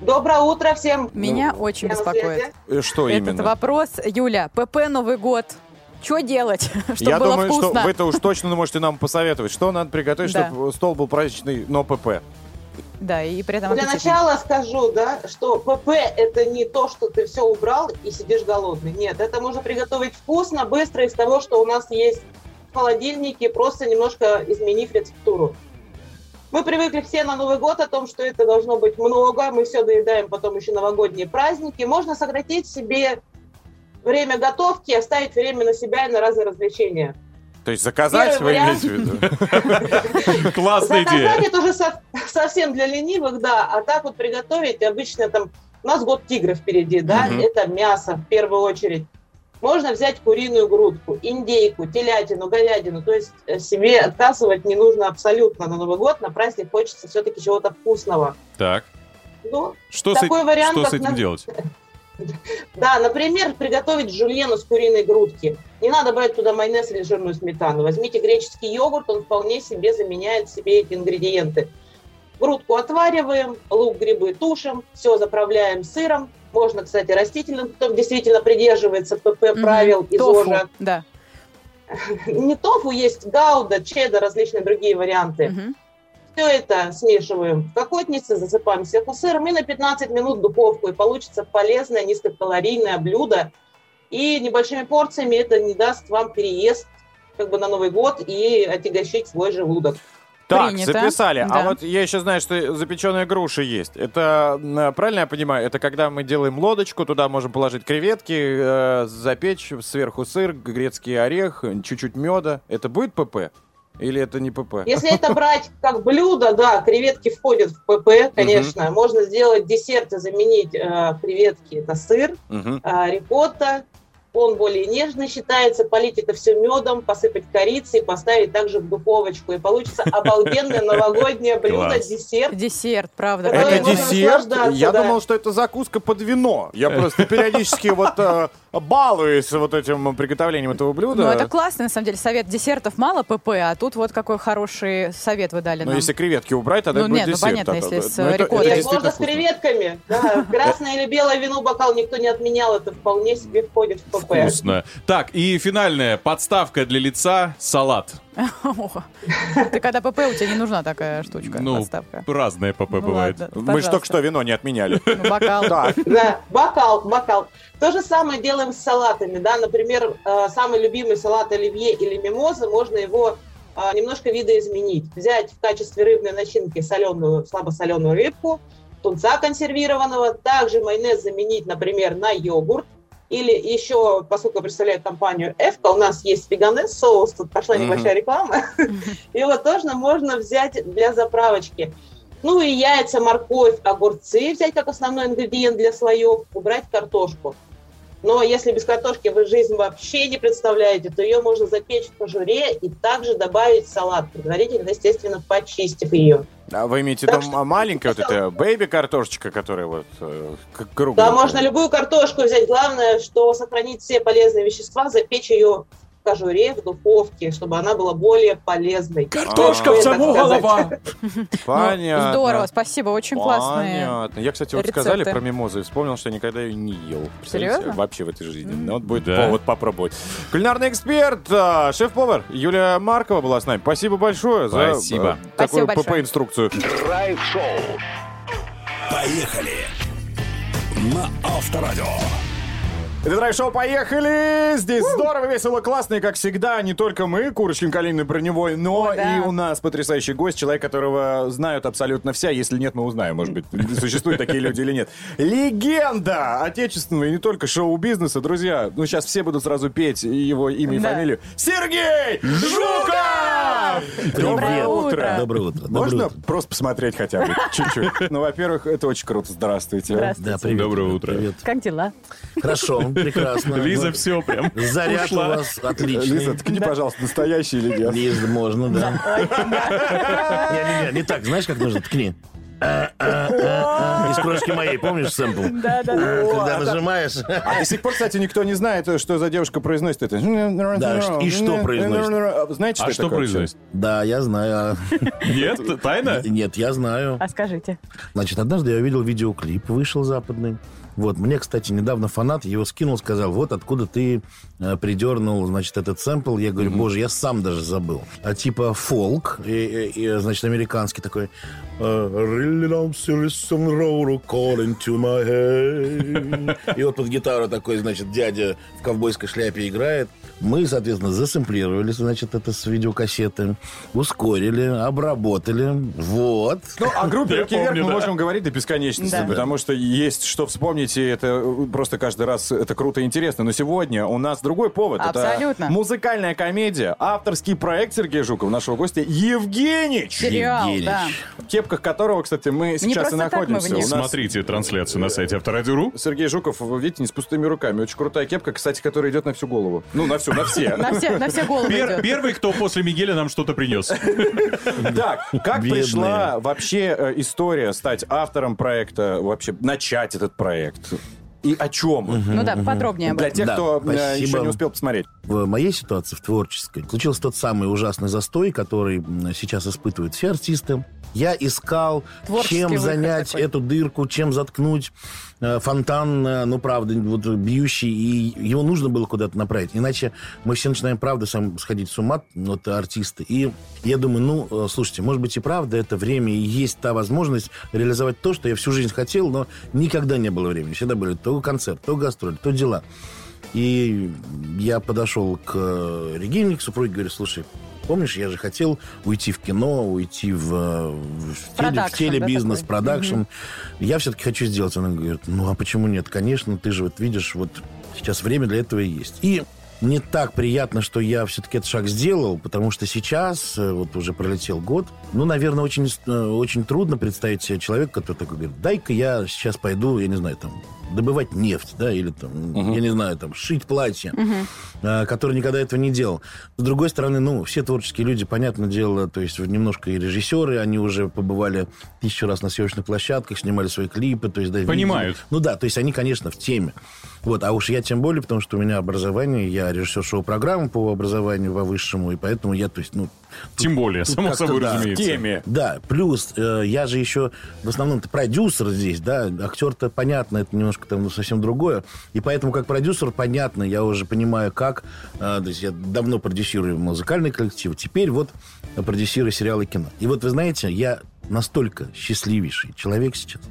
[SPEAKER 13] Доброе утро всем.
[SPEAKER 3] Меня
[SPEAKER 2] Ну,
[SPEAKER 3] очень
[SPEAKER 13] я на
[SPEAKER 3] беспокоит
[SPEAKER 13] связи.
[SPEAKER 2] Э, Что
[SPEAKER 3] этот
[SPEAKER 2] именно?
[SPEAKER 3] вопрос. Юля, ПП Новый год. Что делать, *laughs* чтобы
[SPEAKER 2] Я
[SPEAKER 3] было
[SPEAKER 2] думаю,
[SPEAKER 3] вкусно?
[SPEAKER 2] что вы-то уж точно можете нам посоветовать, что надо приготовить,
[SPEAKER 3] Да.
[SPEAKER 2] чтобы стол был праздничный, но ПП.
[SPEAKER 3] Да, и при этом
[SPEAKER 13] Для
[SPEAKER 3] аппетитный.
[SPEAKER 13] начала скажу, да, что ПП это не то, что ты все убрал и сидишь голодный. Нет, это можно приготовить вкусно, быстро из того, что у нас есть в холодильнике, просто немножко изменив рецептуру. Мы привыкли все на Новый год о том, что это должно быть много, мы все доедаем потом еще новогодние праздники. Можно сократить себе время готовки, оставить время на себя и на разные развлечения.
[SPEAKER 2] То есть заказать, вы
[SPEAKER 13] Первый вариант.
[SPEAKER 2] имеете в виду? *laughs*
[SPEAKER 4] Классная
[SPEAKER 13] Заказать
[SPEAKER 4] идея.
[SPEAKER 13] это уже со- совсем для ленивых, да. А так вот приготовить обычно там... У нас год тигра впереди, да?
[SPEAKER 2] Мгм.
[SPEAKER 13] Это мясо в первую очередь. Можно взять куриную грудку, индейку, телятину, говядину. То есть э, себе отказывать не нужно абсолютно на Новый год. На праздник хочется все-таки чего-то вкусного.
[SPEAKER 4] Так.
[SPEAKER 13] Ну,
[SPEAKER 4] Что с,
[SPEAKER 13] Такой
[SPEAKER 4] эт-
[SPEAKER 13] вариант,
[SPEAKER 4] что с
[SPEAKER 13] как
[SPEAKER 4] этим
[SPEAKER 13] на-
[SPEAKER 4] делать?
[SPEAKER 13] *laughs* да, например, приготовить жульену с куриной грудки. Не надо брать туда майонез или жирную сметану. Возьмите греческий йогурт, он вполне себе заменяет себе эти ингредиенты. Грудку отвариваем, лук, грибы тушим, все заправляем сыром. Можно, кстати, растительным, кто действительно придерживается ПП
[SPEAKER 3] Мгм.
[SPEAKER 13] правил из
[SPEAKER 3] Тофу,
[SPEAKER 13] ОЖА.
[SPEAKER 3] да.
[SPEAKER 13] Не тофу, есть гауда, чеддер, различные другие варианты.
[SPEAKER 3] Мгм.
[SPEAKER 13] Все это смешиваем в кокотнице, засыпаем сверху сыром и на 15 минут в духовку. И получится полезное низкокалорийное блюдо. И небольшими порциями это не даст вам переезд как бы на Новый год и отягощить свой желудок.
[SPEAKER 2] Так,
[SPEAKER 3] Принято.
[SPEAKER 2] записали. А
[SPEAKER 3] Да.
[SPEAKER 2] вот я еще знаю, что запеченная груша есть. Это, м, правильно я понимаю, это когда мы делаем лодочку, туда можем положить креветки, э, запечь сверху сыр, грецкий орех, чуть-чуть меда. Это будет ПП? Или это не ПП?
[SPEAKER 13] Если это брать как блюдо, да, креветки входят в ПП, конечно. Можно сделать десерт и заменить э, креветки, это сыр,
[SPEAKER 2] Мгм.
[SPEAKER 13] а, рикотта. Он более нежный считается. Полить это все медом, посыпать корицей, поставить также в духовочку. И
[SPEAKER 2] *laughs*
[SPEAKER 13] получится обалденное новогоднее блюдо,
[SPEAKER 4] Класс.
[SPEAKER 13] десерт.
[SPEAKER 3] Десерт, правда.
[SPEAKER 13] Это
[SPEAKER 2] *laughs* Это
[SPEAKER 13] можно
[SPEAKER 2] десерт?
[SPEAKER 13] наслаждаться,
[SPEAKER 2] Я
[SPEAKER 13] да.
[SPEAKER 2] думал, что это закуска под вино. Я просто периодически вот э, балуюсь вот этим приготовлением этого блюда.
[SPEAKER 3] Ну, это классно, на самом деле. Совет десертов мало ПП, а тут вот какой хороший совет вы дали
[SPEAKER 2] Но
[SPEAKER 3] нам.
[SPEAKER 2] Ну, если креветки убрать, тогда
[SPEAKER 3] Ну,
[SPEAKER 2] будет
[SPEAKER 3] нет, ну,
[SPEAKER 2] десерт.
[SPEAKER 3] понятно,
[SPEAKER 2] Да,
[SPEAKER 3] если
[SPEAKER 2] да,
[SPEAKER 3] с,
[SPEAKER 2] да. Но это-
[SPEAKER 3] рикоттой.
[SPEAKER 2] это
[SPEAKER 13] Нет,
[SPEAKER 2] действительно
[SPEAKER 13] можно с
[SPEAKER 2] вкусно.
[SPEAKER 13] креветками. Да, красное или белое вино бокал никто не отменял. Это вполне себе входит в ПП.
[SPEAKER 4] Вкусно. Так, и финальная подставка для лица — салат.
[SPEAKER 3] Ого. Ты когда ПП, у тебя не нужна такая штучка,
[SPEAKER 4] Ну,
[SPEAKER 3] подставка.
[SPEAKER 4] разное ПП
[SPEAKER 3] Ну
[SPEAKER 4] бывает.
[SPEAKER 3] ладно,
[SPEAKER 2] Мы же только что
[SPEAKER 3] пожалуйста.
[SPEAKER 2] вино не отменяли.
[SPEAKER 3] *laughs*
[SPEAKER 4] *laughs*
[SPEAKER 3] Ну, бокал.
[SPEAKER 2] Так,
[SPEAKER 13] Да, бокал, бокал. То же самое делаем с салатами, да, например, э, самый любимый салат оливье или мимоза, можно его э, немножко видоизменить. Взять в качестве рыбной начинки соленую, слабосоленую рыбку, тунца консервированного, также майонез заменить, например, на йогурт, или еще, поскольку я представляю компанию Эвка, у нас есть веганес соус, тут пошла
[SPEAKER 2] Мгм.
[SPEAKER 13] небольшая реклама, его тоже можно взять для заправочки. Ну и яйца, морковь, огурцы взять как основной ингредиент для слоев, убрать картошку. Но если без картошки вы жизнь вообще не представляете, то ее можно запечь в кожуре и также добавить в салат, предварительно, естественно, почистив ее.
[SPEAKER 2] а вы имеете в
[SPEAKER 13] Так
[SPEAKER 2] виду м- маленькая вот эта бэйби-картошечка, которая вот э, к- круглая?
[SPEAKER 13] Да, можно любую картошку взять. Главное, что сохранить все полезные вещества, запечь ее в кожуре, в духовке, чтобы она была более полезной.
[SPEAKER 2] Картошка
[SPEAKER 13] в саму голова.
[SPEAKER 2] А. Понятно.
[SPEAKER 3] Ну, здорово, спасибо, очень классные.
[SPEAKER 2] Понятно. Я, кстати, вот
[SPEAKER 3] рецепты.
[SPEAKER 2] сказали про мимозу и вспомнил, что я никогда ее не ел. Представляете?
[SPEAKER 3] Серьезно?
[SPEAKER 2] Вообще в этой жизни.
[SPEAKER 3] М. Ну,
[SPEAKER 2] Ну, вот будет
[SPEAKER 4] Да.
[SPEAKER 2] повод попробовать. Кулинарный эксперт, а, шеф-повар Юлия Маркова была с нами. Спасибо большое за
[SPEAKER 4] Спасибо.
[SPEAKER 2] а, такую
[SPEAKER 3] Спасибо большое.
[SPEAKER 2] ПП-инструкцию.
[SPEAKER 5] Драйв-шоу. Поехали. На Авторадио.
[SPEAKER 2] Это драйв-шоу «Поехали!» Здесь здорово, весело, классно, и, как всегда, не только мы, Курочкин, Калинин и Броневой, но
[SPEAKER 3] О, да.
[SPEAKER 2] и у нас потрясающий гость, человек, которого знают абсолютно все, если нет, мы узнаем, может быть, существуют такие люди или нет. Легенда отечественного и не только шоу-бизнеса, друзья, ну сейчас все будут сразу петь его имя и
[SPEAKER 3] Да.
[SPEAKER 2] фамилию. Сергей Жуков!
[SPEAKER 14] Доброе утро.
[SPEAKER 15] Доброе утро. Доброе
[SPEAKER 14] Можно
[SPEAKER 15] утро.
[SPEAKER 14] просто посмотреть хотя бы чуть-чуть? Ну, во-первых, это очень круто. Здравствуйте.
[SPEAKER 15] Здравствуйте. Да, привет. Доброе
[SPEAKER 14] утро.
[SPEAKER 3] Как дела?
[SPEAKER 15] Хорошо, прекрасно.
[SPEAKER 14] Лиза,
[SPEAKER 15] Ну,
[SPEAKER 14] всё прям
[SPEAKER 15] Заряд
[SPEAKER 14] ушла.
[SPEAKER 15] у вас отличный.
[SPEAKER 14] Лиза, ткни, Да. пожалуйста, настоящий или нет.
[SPEAKER 15] Лиза, можно, да. Не-не-не, не так, знаешь, как нужно? Ткни. А, а, а, а. Из крошки моей, помнишь сэмпл?
[SPEAKER 14] О,
[SPEAKER 15] Когда
[SPEAKER 14] а так-
[SPEAKER 15] нажимаешь.
[SPEAKER 14] А до сих пор, кстати, никто не знает, что за девушка произносит это.
[SPEAKER 15] Э, Да, и что произносит?
[SPEAKER 14] Знаете, А что такое вообще?
[SPEAKER 15] Да, я знаю.
[SPEAKER 4] Нет, тайна?
[SPEAKER 15] Нет, я знаю.
[SPEAKER 3] А скажите.
[SPEAKER 15] Значит, однажды я увидел видеоклип, вышел западный. Вот, мне, кстати, недавно фанат его скинул, сказал, вот откуда ты э, придернул, значит, этот сэмпл. Я говорю, боже, я сам даже забыл. А типа фолк, и, и- и, значит, американский такой... э, «Really don't serious and roll calling to my head». И вот под гитару такой, значит, дядя в ковбойской шляпе играет. Мы, соответственно, засэмплировали, значит, это с видеокассеты, ускорили, обработали. Вот.
[SPEAKER 14] Ну, о группе «Руки вверх» мы можем говорить до бесконечности,
[SPEAKER 15] Да.
[SPEAKER 14] потому что есть что вспомнить, и это э, просто каждый раз это круто и интересно. Но сегодня у нас другой повод.
[SPEAKER 3] Абсолютно.
[SPEAKER 14] Это музыкальная комедия, авторский проект Сергея Жукова, нашего гостя Евгенич.
[SPEAKER 3] Сериал, Евгенич. да.
[SPEAKER 14] В кепках которого, кстати, мы сейчас и
[SPEAKER 3] просто так мы в
[SPEAKER 14] находимся.
[SPEAKER 3] них.
[SPEAKER 14] У нас
[SPEAKER 4] Смотрите трансляцию на сайте Авторадио.ру.
[SPEAKER 14] Сергей Жуков, вы видите, не с пустыми руками. Очень крутая кепка,
[SPEAKER 4] *laughs*
[SPEAKER 14] кстати, которая идет на всю голову. Ну, на всю, на все.
[SPEAKER 4] На все- на все головы Пер- идет.
[SPEAKER 14] Первый,
[SPEAKER 4] кто после Мигеля нам что-то принес.
[SPEAKER 14] Так, как
[SPEAKER 4] Бедные.
[SPEAKER 14] пришла вообще э, история стать автором проекта, вообще начать этот проект? И о чем?
[SPEAKER 3] Ну да, подробнее об
[SPEAKER 14] Для
[SPEAKER 3] этом.
[SPEAKER 14] тех,
[SPEAKER 15] Да,
[SPEAKER 14] кто э, еще
[SPEAKER 15] спасибо.
[SPEAKER 14] не успел посмотреть.
[SPEAKER 15] В моей ситуации, в творческой, случился тот самый ужасный застой, который м, сейчас испытывают все артисты. Я искал,
[SPEAKER 10] Творческий
[SPEAKER 15] чем
[SPEAKER 10] выход
[SPEAKER 15] занять эту дырку, чем заткнуть э, фонтан, э, ну, правда, вот, бьющий, и его нужно было куда-то направить. Иначе мы все начинаем, правда, сам сходить с ума, вот, артисты. И я думаю, ну, э, слушайте, может быть, и правда это время, и есть та возможность реализовать то, что я всю жизнь хотел, но никогда не было времени. Всегда были то концерт, то гастроль, то дела. И я подошел к э, Регине, к супруге, говорю, слушай, помнишь, я же хотел уйти в кино, уйти в, э, в теле- в
[SPEAKER 10] Продакшн, да,
[SPEAKER 15] телебизнес,
[SPEAKER 10] такой?
[SPEAKER 15] продакшн.
[SPEAKER 10] Мгм.
[SPEAKER 15] Я все-таки хочу сделать. Она говорит, ну а почему нет? Конечно, ты же вот видишь, вот сейчас время для этого и есть. И мне так приятно, что я все-таки этот шаг сделал, потому что сейчас, э, вот уже пролетел год, ну, наверное, очень, э, очень трудно представить себе человека, который такой говорит, дай-ка я сейчас пойду, я не знаю, там, добывать нефть, да, или там, я не знаю, там, шить платье э, который никогда этого не делал. С другой стороны, ну, все творческие люди, понятное дело, то есть немножко и режиссеры, они уже побывали тысячу раз на съемочных площадках, снимали свои клипы, то есть... да,
[SPEAKER 4] Понимают.
[SPEAKER 15] видели. Ну да, то есть они, конечно, в теме. Вот, а уж я тем более, потому что у меня образование, я режиссер шоу-программы по образованию по высшему, и поэтому я, то есть, ну...
[SPEAKER 4] Тем более, само
[SPEAKER 15] как-то,
[SPEAKER 4] собой,
[SPEAKER 15] да.
[SPEAKER 4] разумеется. В теме.
[SPEAKER 15] Да, плюс э, я же еще в основном-то продюсер здесь, да, актер-то понятно, это немножко там ну, совсем другое. И поэтому как продюсер понятно, я уже понимаю, как, э, то есть я давно продюсирую музыкальный коллектив, теперь вот продюсирую сериалы и кино. И вот вы знаете, я настолько счастливейший человек сейчас.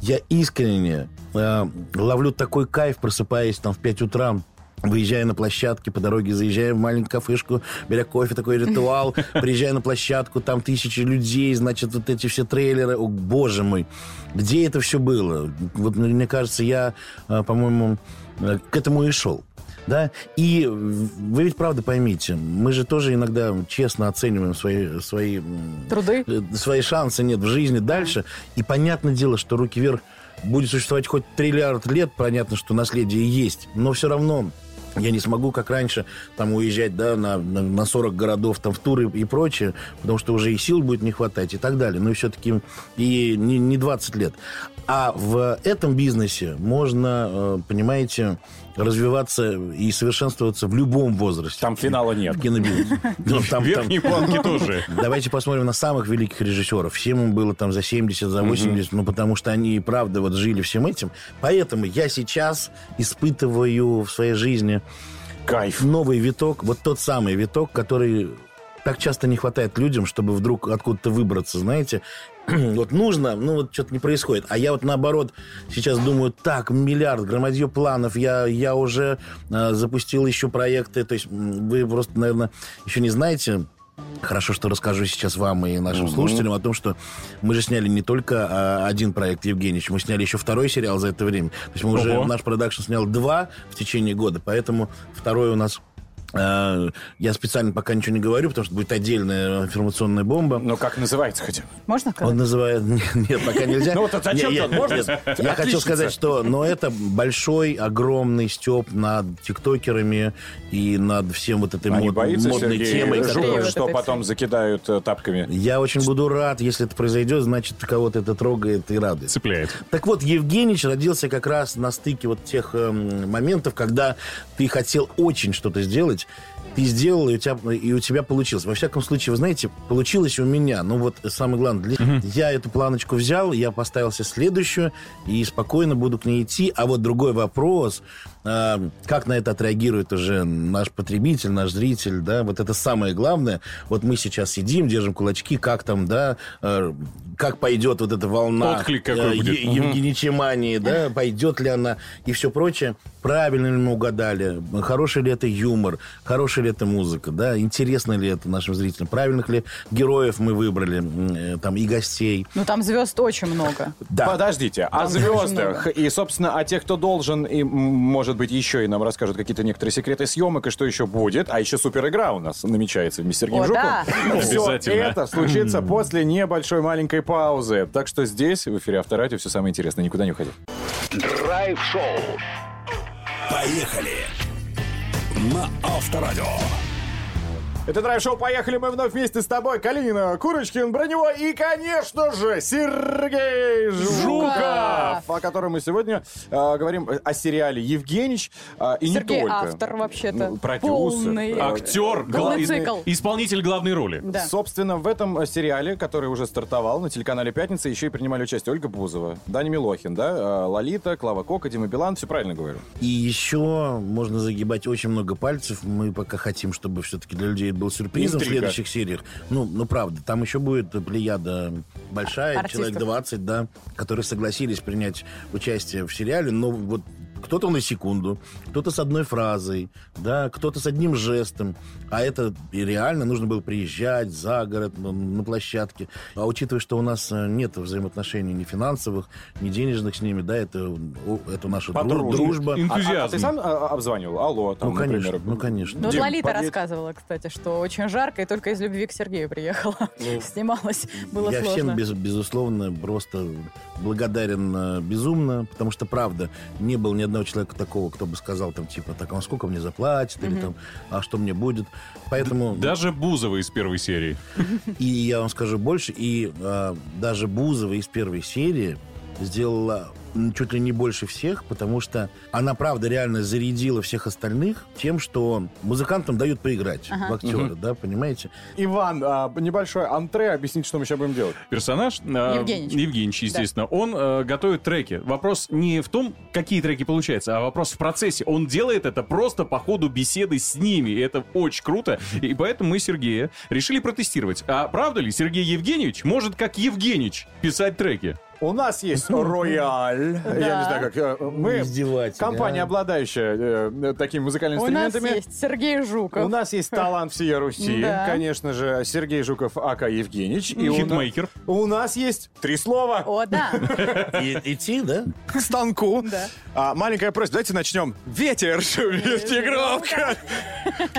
[SPEAKER 15] Я искренне э, ловлю такой кайф, просыпаясь там в 5 утра, выезжая на площадке, по дороге заезжая в маленькую кафешку, беря кофе, такой ритуал, приезжая на площадку, там тысячи людей, значит, вот эти все трейлеры. О, боже мой, где это все было? Вот мне мне кажется, я, э, по-моему, э, к этому и шел. Да? И вы ведь правда поймите, мы же тоже иногда честно оцениваем свои, свои м,
[SPEAKER 3] Труды?
[SPEAKER 15] э, свои шансы нет в жизни дальше. И понятное дело, что руки вверх будет существовать хоть триллиард лет, понятно, что наследие есть, но все равно я не смогу, как раньше, там уезжать да, на, на, на 40 городов там, в туры и прочее, потому что уже и сил будет не хватать и так далее. Но все-таки и не, не 20 лет. А в этом бизнесе можно, э, понимаете, развиваться и совершенствоваться в любом возрасте. Там
[SPEAKER 14] финала нет.
[SPEAKER 15] В кинобизнесе. Ну, там-
[SPEAKER 4] Верхние
[SPEAKER 15] там- *laughs*
[SPEAKER 4] планки тоже.
[SPEAKER 15] Давайте посмотрим на самых великих режиссеров. Всем им было там за 70, за 80, ну, потому что они, и правда, вот жили всем этим. Поэтому я сейчас испытываю в своей жизни
[SPEAKER 14] кайф.
[SPEAKER 15] Новый виток, вот тот самый виток, который так часто не хватает людям, чтобы вдруг откуда-то выбраться, знаете. *clears throat* Вот нужно, ну вот что-то не происходит. А я вот наоборот сейчас думаю, так, миллиард, громадье планов, я, я уже э, запустил еще проекты. То есть м, вы просто, наверное, еще не знаете, Хорошо, что расскажу сейчас вам и нашим
[SPEAKER 10] Мгм.
[SPEAKER 15] слушателям о том, что мы же сняли не только а, один проект Евгеньевич, мы сняли еще второй сериал за это время. То есть мы уже
[SPEAKER 10] Ого.
[SPEAKER 15] наш продакшн снял два в течение года, поэтому второй у нас Э, Я специально пока ничего не говорю, потому что будет отдельная информационная бомба. Но как называется хотя бы?
[SPEAKER 3] Можно
[SPEAKER 15] Он называет... *laughs* Нет, пока нельзя.
[SPEAKER 2] Ну вот это зачем
[SPEAKER 15] Не, я-
[SPEAKER 2] тут? Можно?
[SPEAKER 15] нет, Я
[SPEAKER 2] Отличница.
[SPEAKER 15] хотел сказать, что... Но это большой, огромный стёб над тиктокерами и над всем вот этой
[SPEAKER 2] А не
[SPEAKER 15] мод-
[SPEAKER 2] боится
[SPEAKER 15] модной
[SPEAKER 2] Сергей
[SPEAKER 15] темой.
[SPEAKER 2] Жуков,
[SPEAKER 15] которая-
[SPEAKER 2] что потом закидают э, тапками?
[SPEAKER 15] Я очень буду рад, если это произойдет, значит, кого-то это трогает и радует.
[SPEAKER 4] Цепляет.
[SPEAKER 15] Так вот, Евгеньевич родился как раз на стыке вот тех эм, моментов, когда ты хотел очень что-то сделать, ты сделал, и у, тебя, и у тебя получилось. Во всяком случае, вы знаете, получилось у меня. Ну вот самое главное, для- я эту планочку взял, я поставил себе следующую, и спокойно буду к ней идти. А вот другой вопрос, э, как на это отреагирует уже наш потребитель, наш зритель, да, вот это самое главное. Вот мы сейчас сидим, держим кулачки, как там, да, э, как пойдет вот эта волна
[SPEAKER 4] Отклик какой
[SPEAKER 15] э,
[SPEAKER 4] будет.
[SPEAKER 15] Е- Евгеничемании, да, пойдет ли она и все прочее. Правильно ли мы угадали? Хороший ли это юмор? Хорошая ли это музыка? Да, интересно ли это нашим зрителям? Правильных ли героев мы выбрали? м, э, Там и гостей.
[SPEAKER 3] Ну, там звезд очень много.
[SPEAKER 2] Подождите, о
[SPEAKER 3] Там
[SPEAKER 2] звездах и, собственно, о тех, кто должен, и, м, может быть, еще и нам расскажут какие-то некоторые секреты съемок и что еще будет. А еще супер игра у нас намечается вместе с Сергеем
[SPEAKER 3] О,
[SPEAKER 2] Жуковым.
[SPEAKER 3] да. *laughs*
[SPEAKER 2] Все
[SPEAKER 4] Обязательно.
[SPEAKER 2] это случится после небольшой маленькой паузы. Так что здесь, в эфире Авторадио, все самое интересное. Никуда не уходи.
[SPEAKER 5] Драйв-шоу. Поехали. На Авторадио.
[SPEAKER 2] Это драйв-шоу «Поехали!» Мы вновь вместе с тобой. Калинина, Курочкин, Бронево и, конечно же, Сергей Жуков, о котором мы сегодня э, говорим э, о сериале «Евгенич». э, и
[SPEAKER 3] Сергей а
[SPEAKER 2] не только.
[SPEAKER 3] автор вообще-то.
[SPEAKER 2] Ну, продюсер,
[SPEAKER 3] Полный.
[SPEAKER 2] э,
[SPEAKER 4] Актер, гла-
[SPEAKER 3] Полный цикл.
[SPEAKER 4] исполнитель главной роли.
[SPEAKER 3] Да.
[SPEAKER 2] Собственно, в этом э, сериале, который уже стартовал на телеканале «Пятница», еще и принимали участие Ольга Бузова, Даня Милохин, да, э, Лолита, Клава Кока, Дима Билан. Все правильно говорю.
[SPEAKER 15] И еще можно загибать очень много пальцев. Мы пока хотим, чтобы все-таки для людей это был сюрпризом в
[SPEAKER 2] Интрига.
[SPEAKER 15] следующих сериях. Ну, ну правда, там еще будет плеяда большая,
[SPEAKER 3] Артистов.
[SPEAKER 15] человек 20, да, которые согласились принять участие в сериале, но вот кто-то на секунду, кто-то с одной фразой, да, кто-то с одним жестом. А это и реально нужно было приезжать за город, ну, на площадке. А учитывая, что у нас э, нет взаимоотношений ни финансовых, ни денежных с ними, да, это, о, это наша дру-
[SPEAKER 2] Подружек.
[SPEAKER 15] дружба.
[SPEAKER 2] А- А, а ты сам э, обзванивал? Алло, там,
[SPEAKER 15] Ну, конечно,
[SPEAKER 2] например.
[SPEAKER 15] ну, конечно.
[SPEAKER 3] Ну, вот
[SPEAKER 2] Дим,
[SPEAKER 3] Лолита
[SPEAKER 2] подъедь.
[SPEAKER 3] рассказывала, кстати, что очень жарко, и только из любви к Сергею приехала.
[SPEAKER 2] Ну.
[SPEAKER 3] *laughs* Снималась. Было
[SPEAKER 15] Я
[SPEAKER 3] сложно.
[SPEAKER 15] всем, без- безусловно, просто благодарен э, безумно, потому что, правда, не было ни одного человека такого, кто бы сказал, там, типа, так, а сколько мне заплатят, или
[SPEAKER 4] Мгм.
[SPEAKER 15] там, а что мне будет. Поэтому...
[SPEAKER 4] Даже Бузова из первой серии.
[SPEAKER 15] И я вам скажу больше, и э, даже Бузова из первой серии сделала м, чуть ли не больше всех, потому что она, правда, реально зарядила всех остальных тем, что музыкантам дают поиграть
[SPEAKER 2] Ага.
[SPEAKER 15] в актера,
[SPEAKER 2] Мгм.
[SPEAKER 15] да, понимаете?
[SPEAKER 2] Иван, а, небольшой антре, объясните, что мы сейчас будем делать.
[SPEAKER 4] персонаж, э,
[SPEAKER 2] Евгеньевич.
[SPEAKER 4] Евгеньевич, естественно, он э, готовит треки. Вопрос не в том, какие треки получаются, а вопрос в процессе. Он делает это просто по ходу беседы с ними. И это очень круто. И поэтому мы Сергея решили протестировать. А правда ли Сергей Евгеньевич может как Евгеньевич писать треки?
[SPEAKER 2] У нас
[SPEAKER 3] *laughs*
[SPEAKER 2] есть рояль. Я не знаю, как... э, Мы компания,
[SPEAKER 4] а.
[SPEAKER 2] обладающая э, такими музыкальными
[SPEAKER 3] У нас
[SPEAKER 2] инструментами.
[SPEAKER 3] есть Сергей Жуков.
[SPEAKER 2] У
[SPEAKER 3] *laughs*
[SPEAKER 2] нас есть талант всея Руси,
[SPEAKER 3] Да.
[SPEAKER 2] конечно же, Сергей Жуков, Ака Евгеньевич. у на-
[SPEAKER 4] Хитмейкер.
[SPEAKER 2] У нас есть три слова.
[SPEAKER 3] О, да.
[SPEAKER 15] Идти, да?
[SPEAKER 2] К станку. А, маленькая просьба, давайте начнем. Ветер шумит негромко.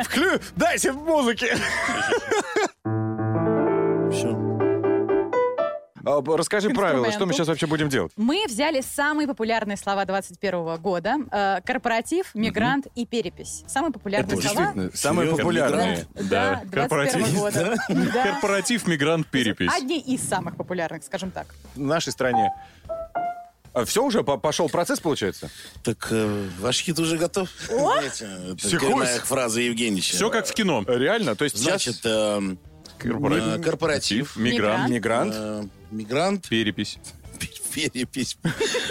[SPEAKER 2] Вклю... Дайте в музыке.
[SPEAKER 15] Все.
[SPEAKER 2] А, Расскажи
[SPEAKER 3] К
[SPEAKER 2] правила, что мы
[SPEAKER 3] инструменту.
[SPEAKER 2] сейчас вообще будем делать.
[SPEAKER 3] Мы взяли самые популярные слова 21 года. Э, корпоратив, мигрант и перепись. Самые популярные слова.
[SPEAKER 4] самые
[SPEAKER 2] Серьезно?
[SPEAKER 4] популярные.
[SPEAKER 3] Да, да, 21 года. Да. А
[SPEAKER 4] Корпоратив, мигрант, перепись.
[SPEAKER 3] Одни из самых популярных, скажем так.
[SPEAKER 2] В нашей стране. Все уже по- пошел процесс, получается?
[SPEAKER 15] Так ваш хит уже готов.
[SPEAKER 3] О!
[SPEAKER 15] э, коренная фраза Евгеньевича.
[SPEAKER 4] Все как в кино.
[SPEAKER 2] Реально? То есть
[SPEAKER 15] Значит, эм,
[SPEAKER 4] Корпоратив.
[SPEAKER 15] э, корпоратив.
[SPEAKER 4] Мигрант. Мигрант.
[SPEAKER 15] Э, Мигрант.
[SPEAKER 2] *laughs*
[SPEAKER 4] Перепись.
[SPEAKER 15] Перепись.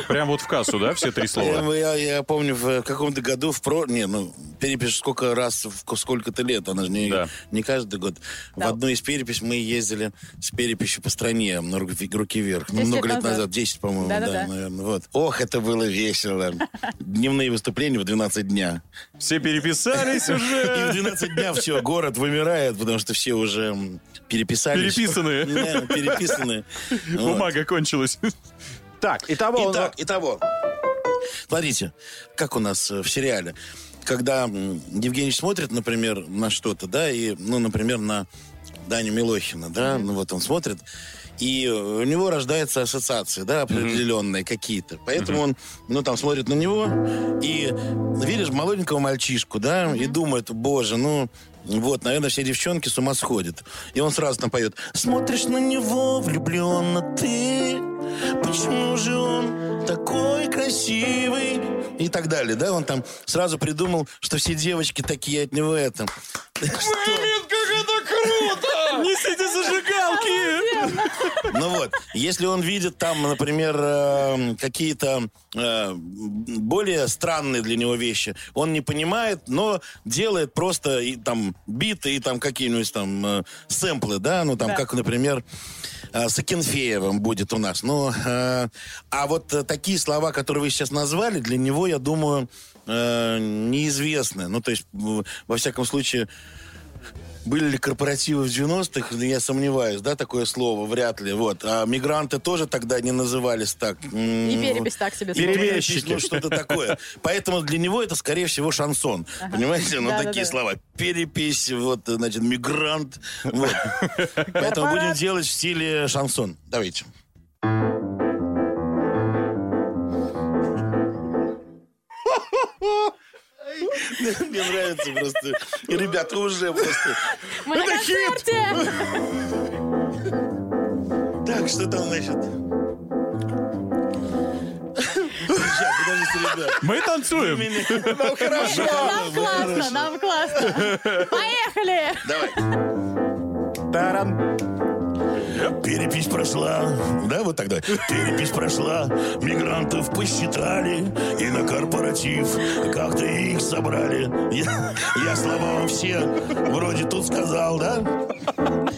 [SPEAKER 4] Прям вот в кассу, да, все три слова?
[SPEAKER 15] Ну, Я, я- я помню, в каком-то году в про... Не, ну, перепись сколько раз, в сколько-то лет, она же не, не каждый год. В одну из перепись мы ездили с переписью по стране, ну, руки, руки вверх. Ну,
[SPEAKER 14] 10
[SPEAKER 15] много
[SPEAKER 14] лет
[SPEAKER 15] лет
[SPEAKER 14] назад.
[SPEAKER 15] назад, 10, по-моему, да,
[SPEAKER 14] Да-да-да.
[SPEAKER 15] наверное. Вот. Ох, это было весело. Дневные выступления в 12 дня.
[SPEAKER 4] Все переписались
[SPEAKER 15] *laughs* И
[SPEAKER 4] уже.
[SPEAKER 15] в 12 дня все, город вымирает, потому что все уже м, переписались.
[SPEAKER 4] Переписанные.
[SPEAKER 15] *laughs* Да, переписанные. Вот.
[SPEAKER 4] Бумага кончилась.
[SPEAKER 2] Так, итого...
[SPEAKER 15] Итак, итого. Смотрите, как у нас э, в сериале. когда м, Евгений смотрит, например, на что-то, да, и, ну, например, на Даню Милохина, да, ну вот он смотрит, и э, у него рождаются ассоциации, да, определенные какие-то. Поэтому он, ну, там смотрит на него и видишь молоденького мальчишку, да, и думает, боже, ну, вот, наверное, все девчонки с ума сходят. И он сразу там поет. Смотришь на него влюбленно ты, почему же он такой красивый? И так далее, да, он там сразу придумал, что все девочки такие от него это.
[SPEAKER 8] Блин, как это круто!
[SPEAKER 16] Несите зажигалки!
[SPEAKER 15] Ну вот, если он видит там, например, э, какие-то э, более странные для него вещи, он не понимает, но делает просто и, там биты и там какие-нибудь там э, сэмплы, да, ну там
[SPEAKER 16] Да.
[SPEAKER 15] как, например, э, с Акинфеевым будет у нас. Ну, э, а вот э, такие слова, которые вы сейчас назвали, для него, я думаю, э, неизвестны. Ну, то есть, в- во всяком случае, были ли корпоративы в 90-х, я сомневаюсь, да, такое слово, вряд ли, вот. А мигранты тоже тогда не назывались так.
[SPEAKER 3] И
[SPEAKER 15] И
[SPEAKER 3] перепись так себе.
[SPEAKER 15] Ну, что-то такое. Поэтому для него это, скорее всего, шансон.
[SPEAKER 3] Ага.
[SPEAKER 15] Понимаете? Ну,
[SPEAKER 3] Да-да-да.
[SPEAKER 15] такие слова. Перепись, вот, значит, мигрант. Вот. Поэтому будем делать в стиле шансон. Давайте. *laughs* Мне нравится просто. И ребята уже просто...
[SPEAKER 8] Мы на
[SPEAKER 15] Это хит!
[SPEAKER 8] концерте!
[SPEAKER 15] Так, что там, значит? Сейчас, подождите, ребят.
[SPEAKER 16] Мы танцуем.
[SPEAKER 15] Нам Ну, хорошо.
[SPEAKER 3] Нам классно, нам
[SPEAKER 16] *laughs*
[SPEAKER 3] классно. Поехали!
[SPEAKER 15] Давай. Таран. Перепись прошла, да, вот тогда. Перепись прошла, мигрантов посчитали и на корпоратив как-то их собрали. Я, я слова вам все вроде тут сказал, да?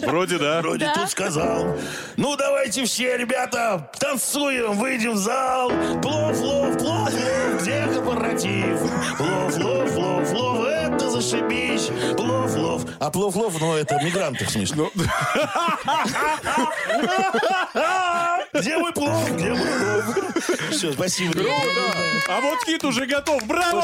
[SPEAKER 4] Вроде да.
[SPEAKER 15] Вроде тут сказал. Ну давайте все, ребята, танцуем, выйдем в зал. Плов, лов, плов, лов, где корпоратив? Плов, лов, лов, лов, это зашибись. Плов, лов. А плов, лов, ну это мигрантов смешно. Где мой плов? Где мой плов? Все, спасибо.
[SPEAKER 16] А вот кит уже готов. Браво!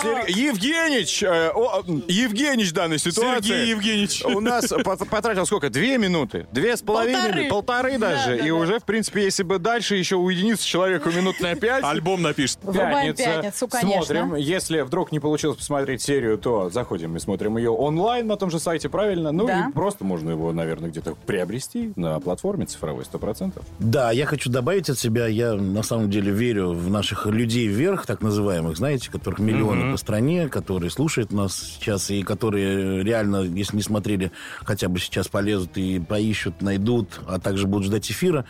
[SPEAKER 2] Сер- Евгеньевич, э, о, э, Евгеньевич в данной ситуации.
[SPEAKER 4] Сергей Евгеньевич.
[SPEAKER 2] У нас
[SPEAKER 16] *laughs*
[SPEAKER 2] пот- потратил сколько? Две минуты? Две с половиной?
[SPEAKER 4] Полторы.
[SPEAKER 2] мин- Полторы
[SPEAKER 4] Да,
[SPEAKER 2] даже.
[SPEAKER 4] да,
[SPEAKER 2] и
[SPEAKER 4] да.
[SPEAKER 2] уже, в принципе, если бы дальше еще уединиться человеку минут на пять.
[SPEAKER 4] Альбом напишет.
[SPEAKER 3] Врубаем пятницу, конечно.
[SPEAKER 2] Смотрим. Если вдруг не получилось посмотреть серию, то заходим и смотрим ее онлайн на том же сайте, правильно? Ну
[SPEAKER 3] Да.
[SPEAKER 2] и просто можно его, наверное, где-то приобрести на платформе цифровой 100%.
[SPEAKER 15] Да, я хочу добавить от себя, я на самом деле верю в наших людей вверх, так называемых, знаете, которых миллионы
[SPEAKER 4] Мгм.
[SPEAKER 15] по стране, которые слушают нас сейчас и которые реально, если не смотрели, хотя бы сейчас полезут и поищут, найдут, а также будут ждать эфира.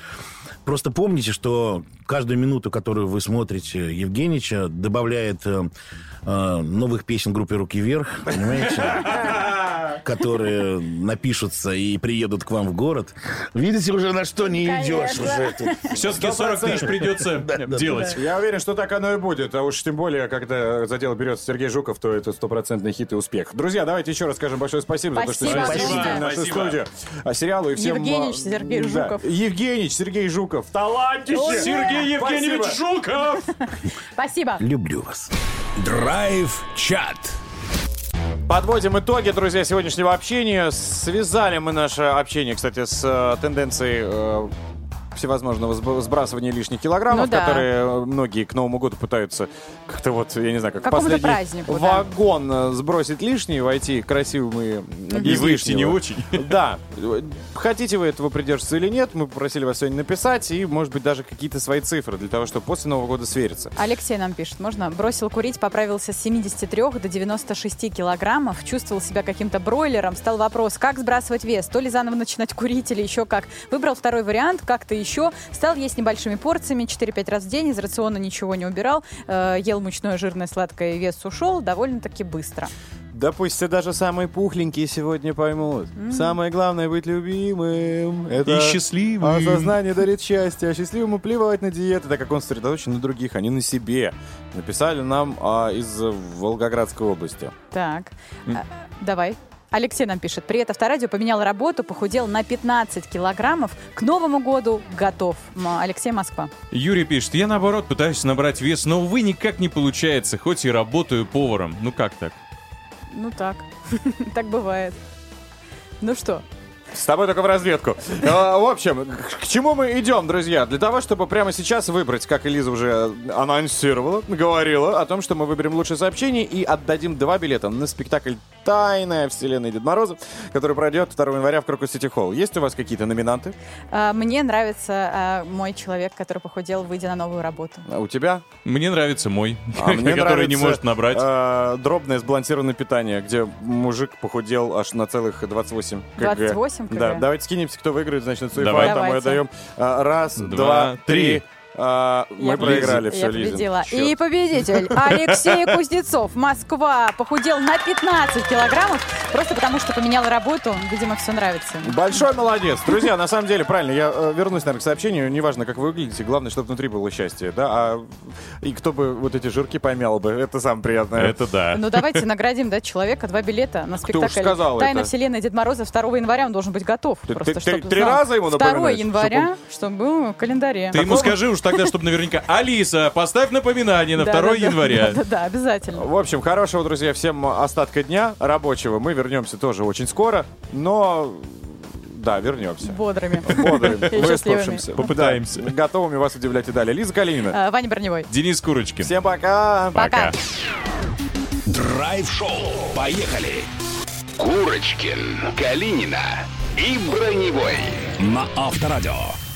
[SPEAKER 15] Просто помните, что каждую минуту, которую вы смотрите Евгенича, добавляет э, э, новых песен группы «Руки вверх», понимаете? которые напишутся и приедут к вам в город. Видите, уже на что не идешь.
[SPEAKER 2] Конечно.
[SPEAKER 15] уже тут.
[SPEAKER 4] Все-таки 40 тысяч придется
[SPEAKER 15] Да, да,
[SPEAKER 4] делать.
[SPEAKER 2] Я уверен, что так оно и будет. А уж тем более, когда за дело берется Сергей Жуков, то это стопроцентный хит и успех. Друзья, давайте еще раз скажем большое спасибо, за то,
[SPEAKER 14] Спасибо
[SPEAKER 2] что
[SPEAKER 14] огромное.
[SPEAKER 2] сегодня посетили нашу
[SPEAKER 14] Спасибо.
[SPEAKER 2] студию, а, сериалу и всем...
[SPEAKER 14] Евгеньевич
[SPEAKER 2] а,
[SPEAKER 14] Сергей
[SPEAKER 2] да.
[SPEAKER 14] Жуков.
[SPEAKER 2] Евгеньевич Сергей Жуков. Талантище!
[SPEAKER 14] Ура!
[SPEAKER 16] Сергей Евгеньевич
[SPEAKER 2] Спасибо.
[SPEAKER 16] Жуков!
[SPEAKER 3] Спасибо.
[SPEAKER 15] Люблю вас.
[SPEAKER 5] Драйв-чат.
[SPEAKER 2] Подводим итоги, друзья, сегодняшнего общения. Связали мы наше общение, кстати, с э, тенденцией э, всевозможного сб- сбрасывания лишних килограммов,
[SPEAKER 3] Ну да.
[SPEAKER 2] которые э, многие к Новому году пытаются как-то вот, я не знаю, как в
[SPEAKER 3] Какому-то
[SPEAKER 2] последний
[SPEAKER 3] празднику, да.
[SPEAKER 2] вагон э, сбросить лишний, войти красивым и э,
[SPEAKER 4] И
[SPEAKER 2] без
[SPEAKER 4] выйти
[SPEAKER 2] лишнего.
[SPEAKER 4] не очень.
[SPEAKER 2] Да. Хотите вы этого придерживаться или нет, мы попросили вас сегодня написать и, может быть, даже какие-то свои цифры для того, чтобы после Нового года свериться.
[SPEAKER 3] Алексей нам пишет, можно? Бросил курить, поправился с 73 до 96 килограммов, чувствовал себя каким-то бройлером, стал вопрос, как сбрасывать вес, то ли заново начинать курить или еще как. Выбрал второй вариант, как-то еще, стал есть небольшими порциями, 4-5 раз в день, из рациона ничего не убирал, э, ел мучное, жирное, сладкое, и вес ушел довольно-таки быстро.
[SPEAKER 2] Да пусть все даже самые пухленькие сегодня поймут. Самое главное быть любимым. Это
[SPEAKER 4] И счастливым.
[SPEAKER 2] Осознание дарит счастье, а счастливому плевать на диеты, так как он сосредоточен на других, а не на себе. Написали нам а, из Волгоградской области.
[SPEAKER 3] Так,
[SPEAKER 2] М.
[SPEAKER 3] а, давай. Алексей нам пишет. Привет, Авторадио. Поменял работу, похудел на 15 килограммов. К Новому году готов. М, Алексей Москва.
[SPEAKER 4] Юрий пишет, я наоборот пытаюсь набрать вес, но, увы, никак не получается, хоть и работаю поваром. Ну как так?
[SPEAKER 3] Ну так. *laughs* Так бывает. Ну что?
[SPEAKER 2] С тобой только в разведку. А, В общем, к к чему мы идем, друзья? Для того, чтобы прямо сейчас выбрать, как Элиза уже анонсировала, говорила о том, что мы выберем лучшее сообщение и отдадим два билета на спектакль «Тайная вселенная Дед Мороза», который пройдет 2 января в Крокус Сити Холл. Есть у вас какие-то номинанты?
[SPEAKER 3] А, Мне нравится а, мой человек, который похудел, выйдя на новую работу.
[SPEAKER 2] А у тебя?
[SPEAKER 4] Мне нравится мой,
[SPEAKER 2] А
[SPEAKER 4] *laughs*
[SPEAKER 2] мне
[SPEAKER 4] который не
[SPEAKER 2] нравится,
[SPEAKER 4] может набрать.
[SPEAKER 2] э, дробное сбалансированное питание, где мужик похудел аж на целых 28 кг.
[SPEAKER 3] 28 кг?
[SPEAKER 2] Да, давайте скинемся, кто выиграет, значит, на
[SPEAKER 4] Давай.
[SPEAKER 2] Суифай, там мы
[SPEAKER 3] Давайте.
[SPEAKER 2] отдаем. А, Раз, два,
[SPEAKER 4] Два,
[SPEAKER 2] три.
[SPEAKER 4] три.
[SPEAKER 2] А, мы
[SPEAKER 3] Я победила.
[SPEAKER 2] проиграли, все,
[SPEAKER 3] Я
[SPEAKER 2] Лизин.
[SPEAKER 3] победила.
[SPEAKER 2] Чёрт.
[SPEAKER 3] И победитель
[SPEAKER 2] *laughs*
[SPEAKER 3] Алексей Кузнецов. Москва похудел на 15 килограммов просто потому, что поменял работу. Видимо, все нравится.
[SPEAKER 2] Большой молодец. Друзья, на самом деле, правильно, я э, вернусь, наверное, к сообщению. Неважно, как вы выглядите, главное, чтобы внутри было счастье, да? А, и кто бы вот эти жирки поймял бы, это самое приятное.
[SPEAKER 4] Это да.
[SPEAKER 3] Ну,
[SPEAKER 4] *laughs*
[SPEAKER 3] давайте наградим, да, человека два билета на
[SPEAKER 2] Кто уж
[SPEAKER 3] спектакль
[SPEAKER 2] сказал
[SPEAKER 3] «Тайна
[SPEAKER 2] это?
[SPEAKER 3] вселенной Дед Мороза» 2 января. Он должен быть готов.
[SPEAKER 2] Ты-
[SPEAKER 3] просто,
[SPEAKER 2] ты-
[SPEAKER 3] чтоб
[SPEAKER 2] ты три
[SPEAKER 3] знал.
[SPEAKER 2] раза ему
[SPEAKER 3] 2
[SPEAKER 2] напоминаешь,
[SPEAKER 3] января, чтобы был в календаре.
[SPEAKER 4] Ты ему скажи уж тогда, чтобы наверняка. Алиса, поставь напоминание на 2
[SPEAKER 3] *laughs*
[SPEAKER 4] января.
[SPEAKER 3] Да-да, обязательно.
[SPEAKER 2] В общем, хорошего, друзья, всем остатка дня рабочего. Мы вернемся тоже очень скоро, но... Да, вернемся. *laughs*
[SPEAKER 3] Бодрыми.
[SPEAKER 2] Бодрым,
[SPEAKER 3] И
[SPEAKER 2] выспавшимся.
[SPEAKER 3] счастливыми.
[SPEAKER 2] Попытаемся. Готовыми вас удивлять и далее. Лиза Калинина.
[SPEAKER 3] А, Ваня Броневой.
[SPEAKER 4] Денис Курочкин.
[SPEAKER 2] Всем пока.
[SPEAKER 3] Пока.
[SPEAKER 5] Драйв-шоу. Поехали. Курочкин, Калинина и Броневой. На Авторадио.